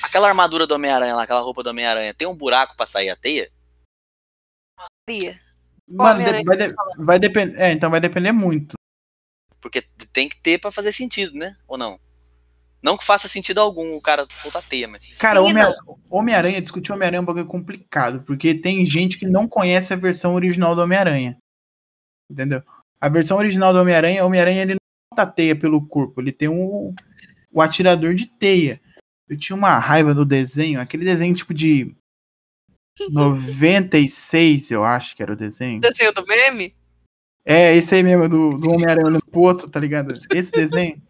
[SPEAKER 3] Aquela armadura do Homem-Aranha lá, aquela roupa do Homem-Aranha, tem um buraco pra sair a teia?
[SPEAKER 1] Mano, de-
[SPEAKER 2] Homem-Aranha,
[SPEAKER 1] vai,
[SPEAKER 2] tá
[SPEAKER 1] de- vai depender. É, então vai depender muito.
[SPEAKER 3] Porque tem que ter pra fazer sentido, né? Ou não? Não que faça sentido algum o cara soltar a teia, mas.
[SPEAKER 1] Cara,
[SPEAKER 2] Sim,
[SPEAKER 1] Homem-
[SPEAKER 2] não.
[SPEAKER 1] Homem-Aranha, discutir Homem-Aranha é um bagulho complicado, porque tem gente que não conhece a versão original do Homem-Aranha. Entendeu? A versão original do Homem-Aranha, o Homem-Aranha ele não solta teia pelo corpo, ele tem um, o atirador de teia. Eu tinha uma raiva no desenho, aquele desenho tipo de 96, eu acho que era o desenho.
[SPEAKER 2] Desenho do meme?
[SPEAKER 1] É, esse aí mesmo, do, do Homem-Aranha olhando pro outro, tá ligado? Esse desenho.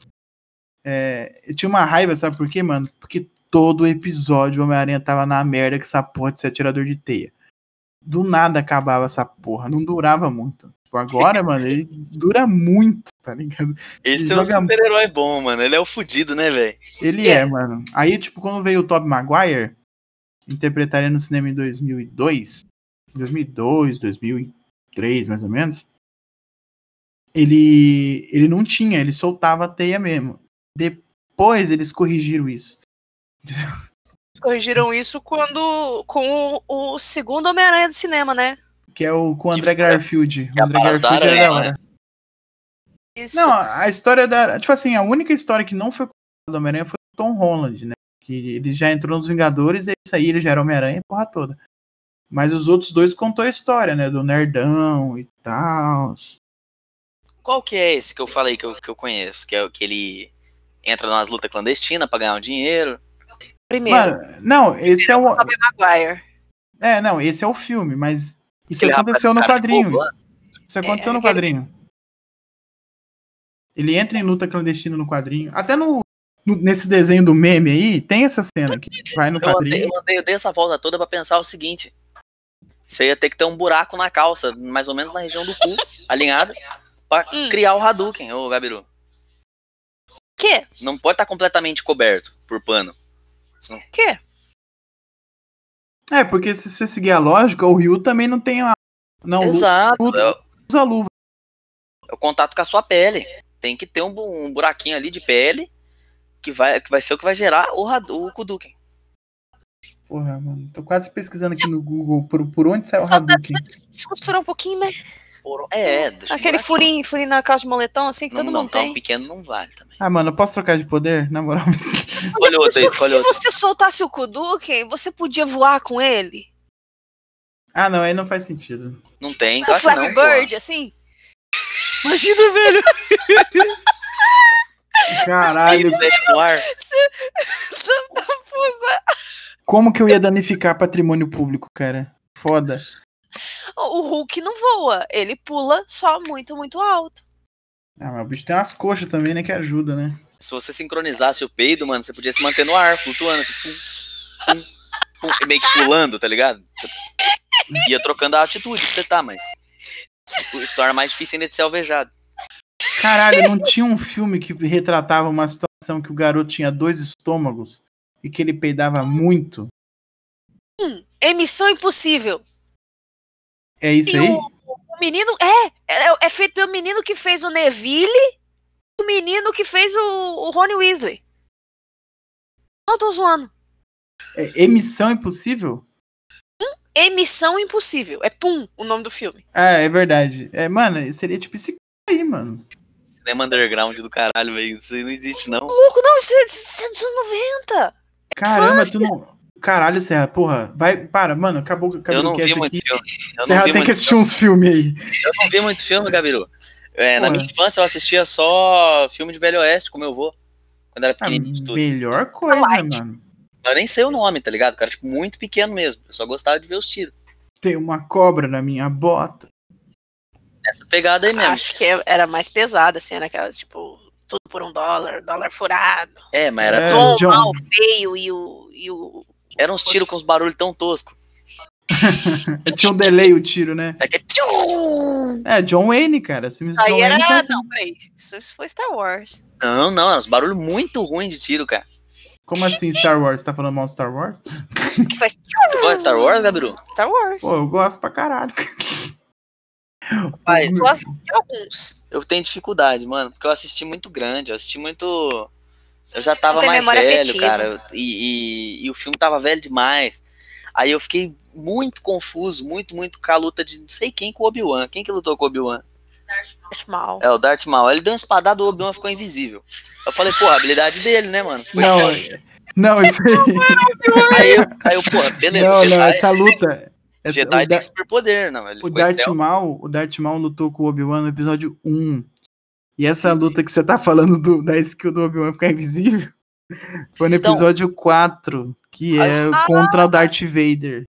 [SPEAKER 1] É, eu tinha uma raiva, sabe por quê, mano? Porque todo episódio o Homem-Aranha tava na merda com essa porra de ser atirador de teia. Do nada acabava essa porra, não durava muito. Tipo, agora, mano, ele dura muito, tá ligado?
[SPEAKER 3] Esse é um
[SPEAKER 1] Joga-
[SPEAKER 3] super-herói bom, mano. Ele é o fudido, né, velho?
[SPEAKER 1] Ele é, mano. Aí, tipo, quando veio o Tobey Maguire, interpretaria no cinema em 2002, 2002, 2003, mais ou menos. Ele, ele não tinha, ele soltava a teia mesmo. Depois eles corrigiram isso.
[SPEAKER 2] Corrigiram isso quando com o, o segundo Homem-Aranha do cinema, né?
[SPEAKER 1] Que é o com o André Garfield.
[SPEAKER 3] Tipo, Que
[SPEAKER 1] O André
[SPEAKER 3] a parada
[SPEAKER 1] Garfield era
[SPEAKER 3] era
[SPEAKER 1] da hora.
[SPEAKER 3] ela,
[SPEAKER 2] Isso.
[SPEAKER 1] Não, a história da. Tipo assim, a única história que não foi contada do Homem-Aranha foi o Tom Holland, né? Que ele já entrou nos Vingadores, e é isso aí, ele já era Homem-Aranha e porra toda. Mas os outros dois contou a história, né? Do Nerdão e tal.
[SPEAKER 3] Qual que é esse que eu falei que eu, que eu conheço? Que é o que ele entra nas lutas clandestinas pra ganhar um dinheiro?
[SPEAKER 2] Primeiro,
[SPEAKER 1] Mano, não, esse é o.
[SPEAKER 2] Tobey Maguire.
[SPEAKER 1] É, não, esse é o filme, mas isso
[SPEAKER 3] Aquele
[SPEAKER 1] aconteceu
[SPEAKER 3] rapaz
[SPEAKER 1] no
[SPEAKER 3] com cara de
[SPEAKER 1] quadrinho.
[SPEAKER 3] bobo,
[SPEAKER 1] Isso, isso aconteceu
[SPEAKER 2] É,
[SPEAKER 1] no
[SPEAKER 2] aquele-
[SPEAKER 1] quadrinho. Ele entra em luta clandestina no quadrinho. Até no, no- nesse desenho do meme aí, tem essa cena que vai no
[SPEAKER 3] Eu andei,
[SPEAKER 1] quadrinho.
[SPEAKER 3] eu andei- eu dei essa volta toda pra pensar o seguinte. Você ia ter que ter um buraco na calça, mais ou menos na região do cu, alinhado, pra
[SPEAKER 2] Hum.
[SPEAKER 3] criar o Hadouken, ô Gabiru.
[SPEAKER 2] Que?
[SPEAKER 3] Não pode estar completamente coberto por pano.
[SPEAKER 2] Que?
[SPEAKER 1] É, porque se você seguir a lógica, o Ryu também não tem a. Não, Lu-
[SPEAKER 3] Exato.
[SPEAKER 1] luta-
[SPEAKER 3] é o-
[SPEAKER 1] usa luva.
[SPEAKER 3] é o contato com a sua pele. Tem que ter um, bu- um buraquinho ali de pele que vai, que vai ser o que vai gerar o, Had- o Kuduken.
[SPEAKER 1] Porra, mano. Tô quase pesquisando aqui no Google por, por onde saiu o
[SPEAKER 2] Só dá
[SPEAKER 1] Hadouken.
[SPEAKER 2] pra se costurar um pouquinho, né?
[SPEAKER 3] Por... É, deixa eu
[SPEAKER 2] Aquele
[SPEAKER 3] ver.
[SPEAKER 2] furinho, furinho na calça de moletom, assim, que
[SPEAKER 3] Não,
[SPEAKER 2] todo
[SPEAKER 3] não, tá
[SPEAKER 2] mundo
[SPEAKER 3] tão
[SPEAKER 2] tem.
[SPEAKER 3] pequeno não vale também.
[SPEAKER 1] Ah, mano, eu posso trocar de poder? Na moral.
[SPEAKER 3] Olha outra aí,
[SPEAKER 2] Se-
[SPEAKER 3] escolhe
[SPEAKER 2] se
[SPEAKER 3] outra.
[SPEAKER 2] você soltasse o Kuduken, você podia voar com ele?
[SPEAKER 1] Ah, não, aí não faz sentido.
[SPEAKER 3] Não tem,
[SPEAKER 2] Um
[SPEAKER 3] claro que
[SPEAKER 2] Flappy
[SPEAKER 3] não. pô.
[SPEAKER 2] Bird, assim?
[SPEAKER 3] Imagina, velho.
[SPEAKER 1] Caralho,
[SPEAKER 3] Flash no ar.
[SPEAKER 2] Santa fusa.
[SPEAKER 1] como que eu ia danificar patrimônio público, cara? Foda.
[SPEAKER 2] O Hulk não voa, ele pula só muito, muito alto.
[SPEAKER 1] Ah, mas o bicho tem umas coxas também, né? Que ajuda, né?
[SPEAKER 3] Se você sincronizasse o peido, mano, você podia se manter no ar, flutuando, assim, pum, pum, pum, e meio que pulando, tá ligado? Você Ia trocando a altitude que você tá, mas tipo, isso torna mais difícil ainda de ser alvejado.
[SPEAKER 1] Caralho, não tinha um filme que retratava uma situação que o garoto tinha dois estômagos e que ele peidava muito?
[SPEAKER 2] É missão impossível.
[SPEAKER 1] É isso
[SPEAKER 2] Tem
[SPEAKER 1] aí?
[SPEAKER 2] o, o menino. É, é, é feito pelo menino que fez o Neville e o menino que fez o, o Rony Weasley. Não tô zoando.
[SPEAKER 1] É emissão impossível?
[SPEAKER 2] É missão impossível. É Pum o nome do filme.
[SPEAKER 1] Ah, é verdade. É, mano, seria tipo esse c... aí, mano.
[SPEAKER 3] Cinema underground do caralho, velho. Isso aí não existe, não.
[SPEAKER 2] Louco, não, isso é isso é dos anos 90.
[SPEAKER 1] Caramba, tu não. Caralho, Serra, porra. Vai, para, mano, acabou, acabou
[SPEAKER 3] Eu não
[SPEAKER 1] o
[SPEAKER 3] vi
[SPEAKER 1] cast
[SPEAKER 3] muito
[SPEAKER 1] aqui.
[SPEAKER 3] filme. Eu não
[SPEAKER 1] Serra
[SPEAKER 3] vi
[SPEAKER 1] tem que
[SPEAKER 3] muito
[SPEAKER 1] assistir uns filmes aí.
[SPEAKER 3] Eu não vi muito filme, Gabiru. É, na
[SPEAKER 1] Porra.
[SPEAKER 3] minha infância eu assistia só filme de Velho Oeste, como eu vou. Quando era
[SPEAKER 1] A
[SPEAKER 3] pequenininho e tudo.
[SPEAKER 1] Ah, melhor coisa,
[SPEAKER 2] Tá Light.
[SPEAKER 1] mano.
[SPEAKER 3] Eu nem sei o nome, tá ligado? O cara, tipo, muito pequeno mesmo. Eu só gostava de ver os tiros.
[SPEAKER 1] Tem uma cobra na minha bota.
[SPEAKER 3] Essa pegada aí mesmo.
[SPEAKER 2] Acho que é- era mais pesada, assim, era aquelas, tipo, tudo por um dólar, dólar furado,
[SPEAKER 3] É, mas era,
[SPEAKER 1] É,
[SPEAKER 2] bom,
[SPEAKER 1] John.
[SPEAKER 2] mal, feio e o. E o...
[SPEAKER 3] era uns tiros com uns barulhos tão tosco.
[SPEAKER 1] Tinha um delay o tiro, né?
[SPEAKER 3] É que
[SPEAKER 2] Tchum!
[SPEAKER 1] É, John Wayne, cara. Se me
[SPEAKER 2] Isso aí
[SPEAKER 1] John
[SPEAKER 2] era.
[SPEAKER 1] Wayne, tá-
[SPEAKER 2] Não, peraí. Isso, isso foi Star Wars.
[SPEAKER 3] Não, não, era uns barulhos muito ruins de tiro, cara.
[SPEAKER 1] Como assim Star Wars? Você tá falando mal de Star Wars?
[SPEAKER 2] Que faz
[SPEAKER 3] Você gosta de Star Wars, Gabiru?
[SPEAKER 2] Star Wars.
[SPEAKER 1] Pô, eu gosto pra caralho.
[SPEAKER 3] Rapaz,
[SPEAKER 2] Eu Gosto de alguns.
[SPEAKER 3] eu tenho dificuldade, mano, porque eu assisti muito grande, eu assisti muito. Eu já
[SPEAKER 2] Não
[SPEAKER 3] tava
[SPEAKER 2] tem
[SPEAKER 3] mais
[SPEAKER 2] memória
[SPEAKER 3] velho,
[SPEAKER 2] afetiva.
[SPEAKER 3] cara, eu- e, e- e o filme tava velho demais. Aí eu fiquei muito confuso, muito, muito com a luta de não sei quem com o Obi-Wan. Quem que lutou com o Obi-Wan?
[SPEAKER 2] Acho mal.
[SPEAKER 3] É, o Darth Maul. Ele deu uma espadada, o Obi-Wan ficou invisível. Eu falei, porra, a habilidade dele, né, mano? Ficou
[SPEAKER 1] Não,
[SPEAKER 3] invisível.
[SPEAKER 1] não, isso aí.
[SPEAKER 3] Aí eu, aí eu porra, beleza,
[SPEAKER 1] Não,
[SPEAKER 3] Jedi,
[SPEAKER 1] não, essa luta. essa-
[SPEAKER 3] Jedi
[SPEAKER 1] o,
[SPEAKER 3] tem
[SPEAKER 1] Da-
[SPEAKER 3] superpoder, não, ele
[SPEAKER 1] o
[SPEAKER 3] ficou
[SPEAKER 1] Darth
[SPEAKER 3] stealth.
[SPEAKER 1] Maul, o Darth Maul lutou com o Obi-Wan no episódio 1. E essa luta que você tá falando do- da skill do Obi-Wan ficar invisível foi no
[SPEAKER 3] Então-
[SPEAKER 1] episódio 4, que é
[SPEAKER 2] Ah.
[SPEAKER 1] contra o Darth Vader.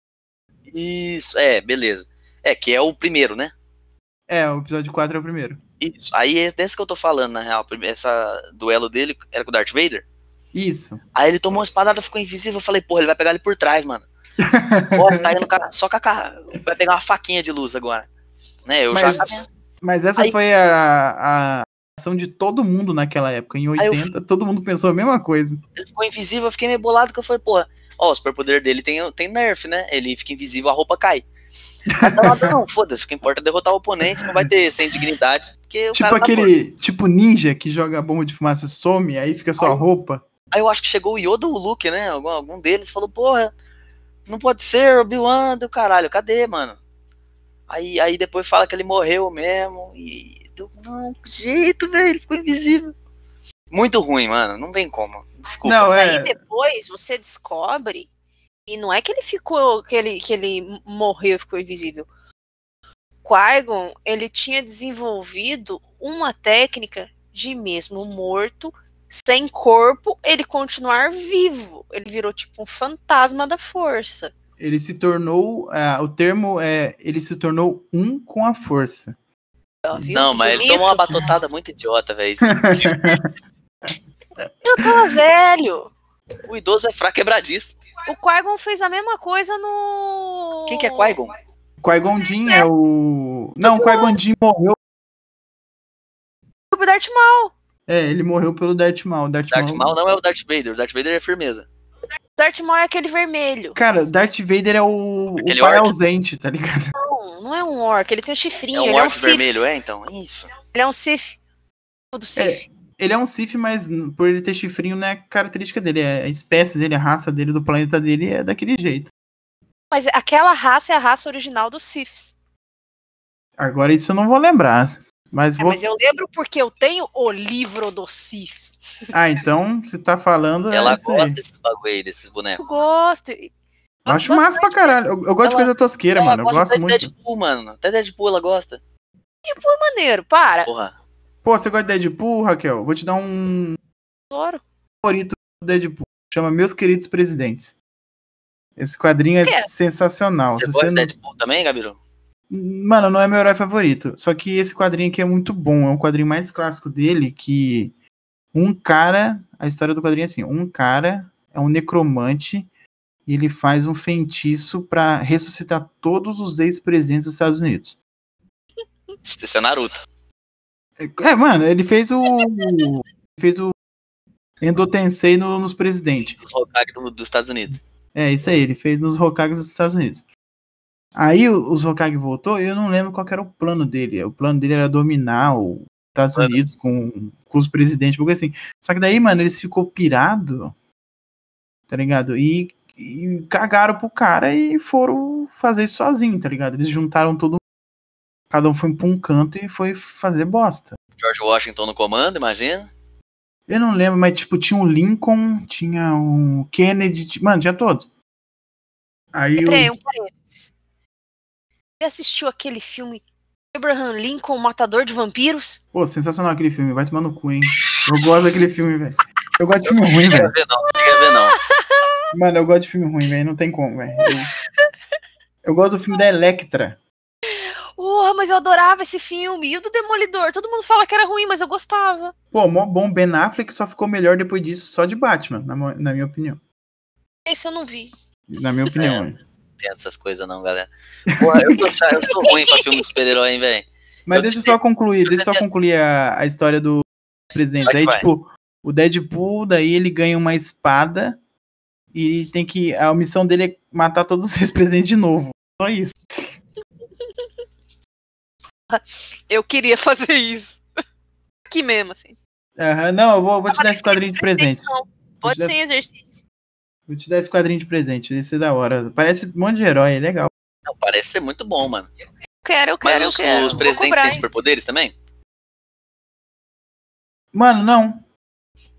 [SPEAKER 3] Isso, é, beleza. É, que é o primeiro, né?
[SPEAKER 1] É, o episódio 4 é o primeiro.
[SPEAKER 3] Isso. Aí é desse que eu tô falando, na real. Prime- Essa duelo dele era com o Darth Vader.
[SPEAKER 1] Isso.
[SPEAKER 3] Aí ele tomou uma espadada, ficou invisível. Eu falei, porra, ele vai pegar ele por trás, mano. Porra, tá indo cara, só com a cara. Vai pegar uma faquinha de luz agora. Né, eu
[SPEAKER 1] Mas-
[SPEAKER 3] já.
[SPEAKER 1] Mas essa
[SPEAKER 3] Aí-
[SPEAKER 1] foi a, a ação de todo mundo naquela época. Em
[SPEAKER 3] Aí eu-
[SPEAKER 1] 80, todo mundo pensou a mesma coisa.
[SPEAKER 3] Ele ficou invisível, eu fiquei meio bolado, que eu falei, porra, ó, o superpoder dele tem, tem nerf, né? Ele fica invisível, a roupa cai. Aí eu falei, não, foda-se, o que importa é derrotar o oponente, não vai ter sem dignidade, porque o
[SPEAKER 1] Tipo
[SPEAKER 3] cara tá morto.
[SPEAKER 1] aquele. Tipo ninja que joga a bomba de fumaça e some, aí fica só a
[SPEAKER 3] Aí-
[SPEAKER 1] roupa.
[SPEAKER 3] Aí eu acho que chegou o Yoda ou o Luke, né? Algum, algum deles falou, porra, não pode ser, Obi-Wan do caralho, cadê, mano? Aí, aí depois fala que ele morreu mesmo. E. eu, Não, que jeito, velho, ele ficou invisível. Muito ruim, mano. Não tem como. Desculpa.
[SPEAKER 1] Não,
[SPEAKER 2] Mas
[SPEAKER 1] é.
[SPEAKER 2] aí depois você descobre. E não é que ele ficou. que ele, que ele morreu e ficou invisível. Qui-Gon, ele tinha desenvolvido uma técnica de mesmo morto, sem corpo, ele continuar vivo. Ele virou tipo um fantasma da força.
[SPEAKER 1] Ele se tornou. ah, o termo é. Ele se tornou um com a força.
[SPEAKER 2] Ó, viu?
[SPEAKER 3] não,
[SPEAKER 2] Que
[SPEAKER 3] mas ele
[SPEAKER 2] bonito.
[SPEAKER 3] tomou uma batotada muito idiota, velho.
[SPEAKER 2] Já tava velho.
[SPEAKER 3] o idoso é fraco quebradiço.
[SPEAKER 2] O Qui-Gon fez a mesma coisa no.
[SPEAKER 3] Quem que é Qui-Gon?
[SPEAKER 1] Uhum. Qui-Gon Jinn é o. Não, o Qui-Gon Jinn morreu.
[SPEAKER 2] O Darth Maul.
[SPEAKER 1] É, ele morreu pelo Darth Maul. Darth,
[SPEAKER 3] Darth
[SPEAKER 1] Maul.
[SPEAKER 3] Maul não é o Darth Vader. O Darth Vader é firmeza.
[SPEAKER 2] Darth Maul é aquele vermelho.
[SPEAKER 1] Cara, Darth Vader é o, o
[SPEAKER 3] Aquele
[SPEAKER 1] pai
[SPEAKER 3] orc?
[SPEAKER 1] ausente, tá ligado?
[SPEAKER 2] Não, não é um orc, ele tem um chifrinho,
[SPEAKER 3] é um
[SPEAKER 2] ele é um
[SPEAKER 3] orc
[SPEAKER 2] Sith.
[SPEAKER 3] vermelho, é então? Isso.
[SPEAKER 2] Ele é um Sith. Tudo Sith.
[SPEAKER 1] Ele é um Sith, mas n- por ele ter chifrinho não é característica dele. É a espécie dele, a raça dele, do planeta dele é daquele jeito.
[SPEAKER 2] Mas aquela raça é a raça original dos Siths.
[SPEAKER 1] Agora isso eu não vou lembrar. Mas,
[SPEAKER 2] É,
[SPEAKER 1] vou...
[SPEAKER 2] mas eu lembro porque eu tenho o livro do Sif.
[SPEAKER 1] Ah, então, se tá falando. é
[SPEAKER 3] Ela
[SPEAKER 1] isso aí.
[SPEAKER 3] gosta desses bagulho aí, desses bonecos.
[SPEAKER 2] Eu gosto.
[SPEAKER 1] Eu acho
[SPEAKER 2] Gosto
[SPEAKER 1] massa pra
[SPEAKER 2] bastante.
[SPEAKER 1] caralho. Eu, eu gosto de
[SPEAKER 3] Ela-
[SPEAKER 1] coisa tosqueira,
[SPEAKER 3] ela
[SPEAKER 1] mano. Eu
[SPEAKER 3] gosta
[SPEAKER 1] gosto
[SPEAKER 3] até
[SPEAKER 1] muito.
[SPEAKER 3] de Deadpool, mano. Até Deadpool ela gosta.
[SPEAKER 2] Maneiro, para.
[SPEAKER 3] Porra.
[SPEAKER 1] Pô, você gosta de Deadpool, Raquel? Vou te dar um
[SPEAKER 2] Adoro.
[SPEAKER 1] favorito do Deadpool. Chama Meus Queridos Presidentes. Esse quadrinho é,
[SPEAKER 2] Que é?
[SPEAKER 1] sensacional.
[SPEAKER 3] você
[SPEAKER 1] Se
[SPEAKER 3] gosta
[SPEAKER 1] você
[SPEAKER 3] de
[SPEAKER 1] não...
[SPEAKER 3] Deadpool também, Gabiru?
[SPEAKER 1] Mano, não é meu herói favorito. Só que esse quadrinho aqui é muito bom. É um quadrinho mais clássico dele que um cara. A história do quadrinho é assim: um cara é um necromante e ele faz um feitiço pra ressuscitar todos os ex-presidentes dos Estados Unidos.
[SPEAKER 3] Esse é Naruto.
[SPEAKER 1] É, mano, ele fez o. fez o. Endotensei no, nos presidentes.
[SPEAKER 3] Os Hokage do- dos Estados Unidos.
[SPEAKER 1] É, isso aí, ele fez nos Hokages dos Estados Unidos. Aí o- os Hokage voltou e eu não lembro qual que era o plano dele. O plano dele era dominar os Estados
[SPEAKER 3] Mano.
[SPEAKER 1] Unidos com, com os presidentes, porque assim. Só que daí, mano, eles ficou pirado, tá ligado? E, e cagaram pro cara e foram fazer isso sozinho, tá ligado? Eles juntaram todo mundo. Cada um foi pra um canto e foi fazer bosta.
[SPEAKER 3] George Washington no comando, imagina.
[SPEAKER 1] Eu não lembro, mas tipo, tinha o Lincoln, tinha o Kennedy, ti- mano, tinha todos. Aí
[SPEAKER 2] Peraí,
[SPEAKER 1] o...
[SPEAKER 2] um parênteses. Você assistiu aquele filme Abraham Lincoln, Matador de Vampiros?
[SPEAKER 1] Pô, sensacional aquele filme, vai tomar no cu, hein? Eu gosto daquele filme, velho. Eu gosto de filme ruim, né? velho.
[SPEAKER 3] Quer ver não, quer ver não.
[SPEAKER 1] Mano, eu gosto de filme ruim, velho. Não tem como, velho. Eu- Eu gosto do filme da Electra.
[SPEAKER 2] Porra, mas eu adorava esse filme. E o do Demolidor? Todo mundo fala que era ruim, mas eu gostava.
[SPEAKER 1] Pô, mó bom Ben Affleck só ficou melhor depois disso, só de Batman, na, mo- na minha opinião.
[SPEAKER 2] Esse eu não vi.
[SPEAKER 1] Na minha opinião, velho.
[SPEAKER 3] Tem essas coisas não, galera. Porra, eu, sou chato, eu sou ruim pra filme de super-herói, hein, velho.
[SPEAKER 1] Mas
[SPEAKER 3] Eu
[SPEAKER 1] deixa eu
[SPEAKER 3] te-
[SPEAKER 1] só concluir, deixa eu só
[SPEAKER 3] te-
[SPEAKER 1] concluir a, a história do presidente.
[SPEAKER 3] Vai que
[SPEAKER 1] Aí,
[SPEAKER 3] vai.
[SPEAKER 1] tipo, o Deadpool, daí ele ganha uma espada e tem que. A missão dele é matar todos os ex-presidentes de novo. Só isso.
[SPEAKER 2] Eu queria fazer isso. Aqui mesmo, assim.
[SPEAKER 1] Aham, não, eu vou, vou te dar esse quadrinho de presente.
[SPEAKER 2] Não, pode ser em exercício.
[SPEAKER 1] Vou te dar esse quadrinho de presente. Esse é da hora. Parece um monte de herói, é legal.
[SPEAKER 3] Não, parece ser muito bom, mano.
[SPEAKER 2] Eu quero, eu
[SPEAKER 3] Mas
[SPEAKER 2] quero,
[SPEAKER 3] os,
[SPEAKER 2] eu quero.
[SPEAKER 3] os
[SPEAKER 2] Vou
[SPEAKER 3] presidentes
[SPEAKER 2] cobrar,
[SPEAKER 3] têm
[SPEAKER 2] hein?
[SPEAKER 3] superpoderes também?
[SPEAKER 1] Mano, não.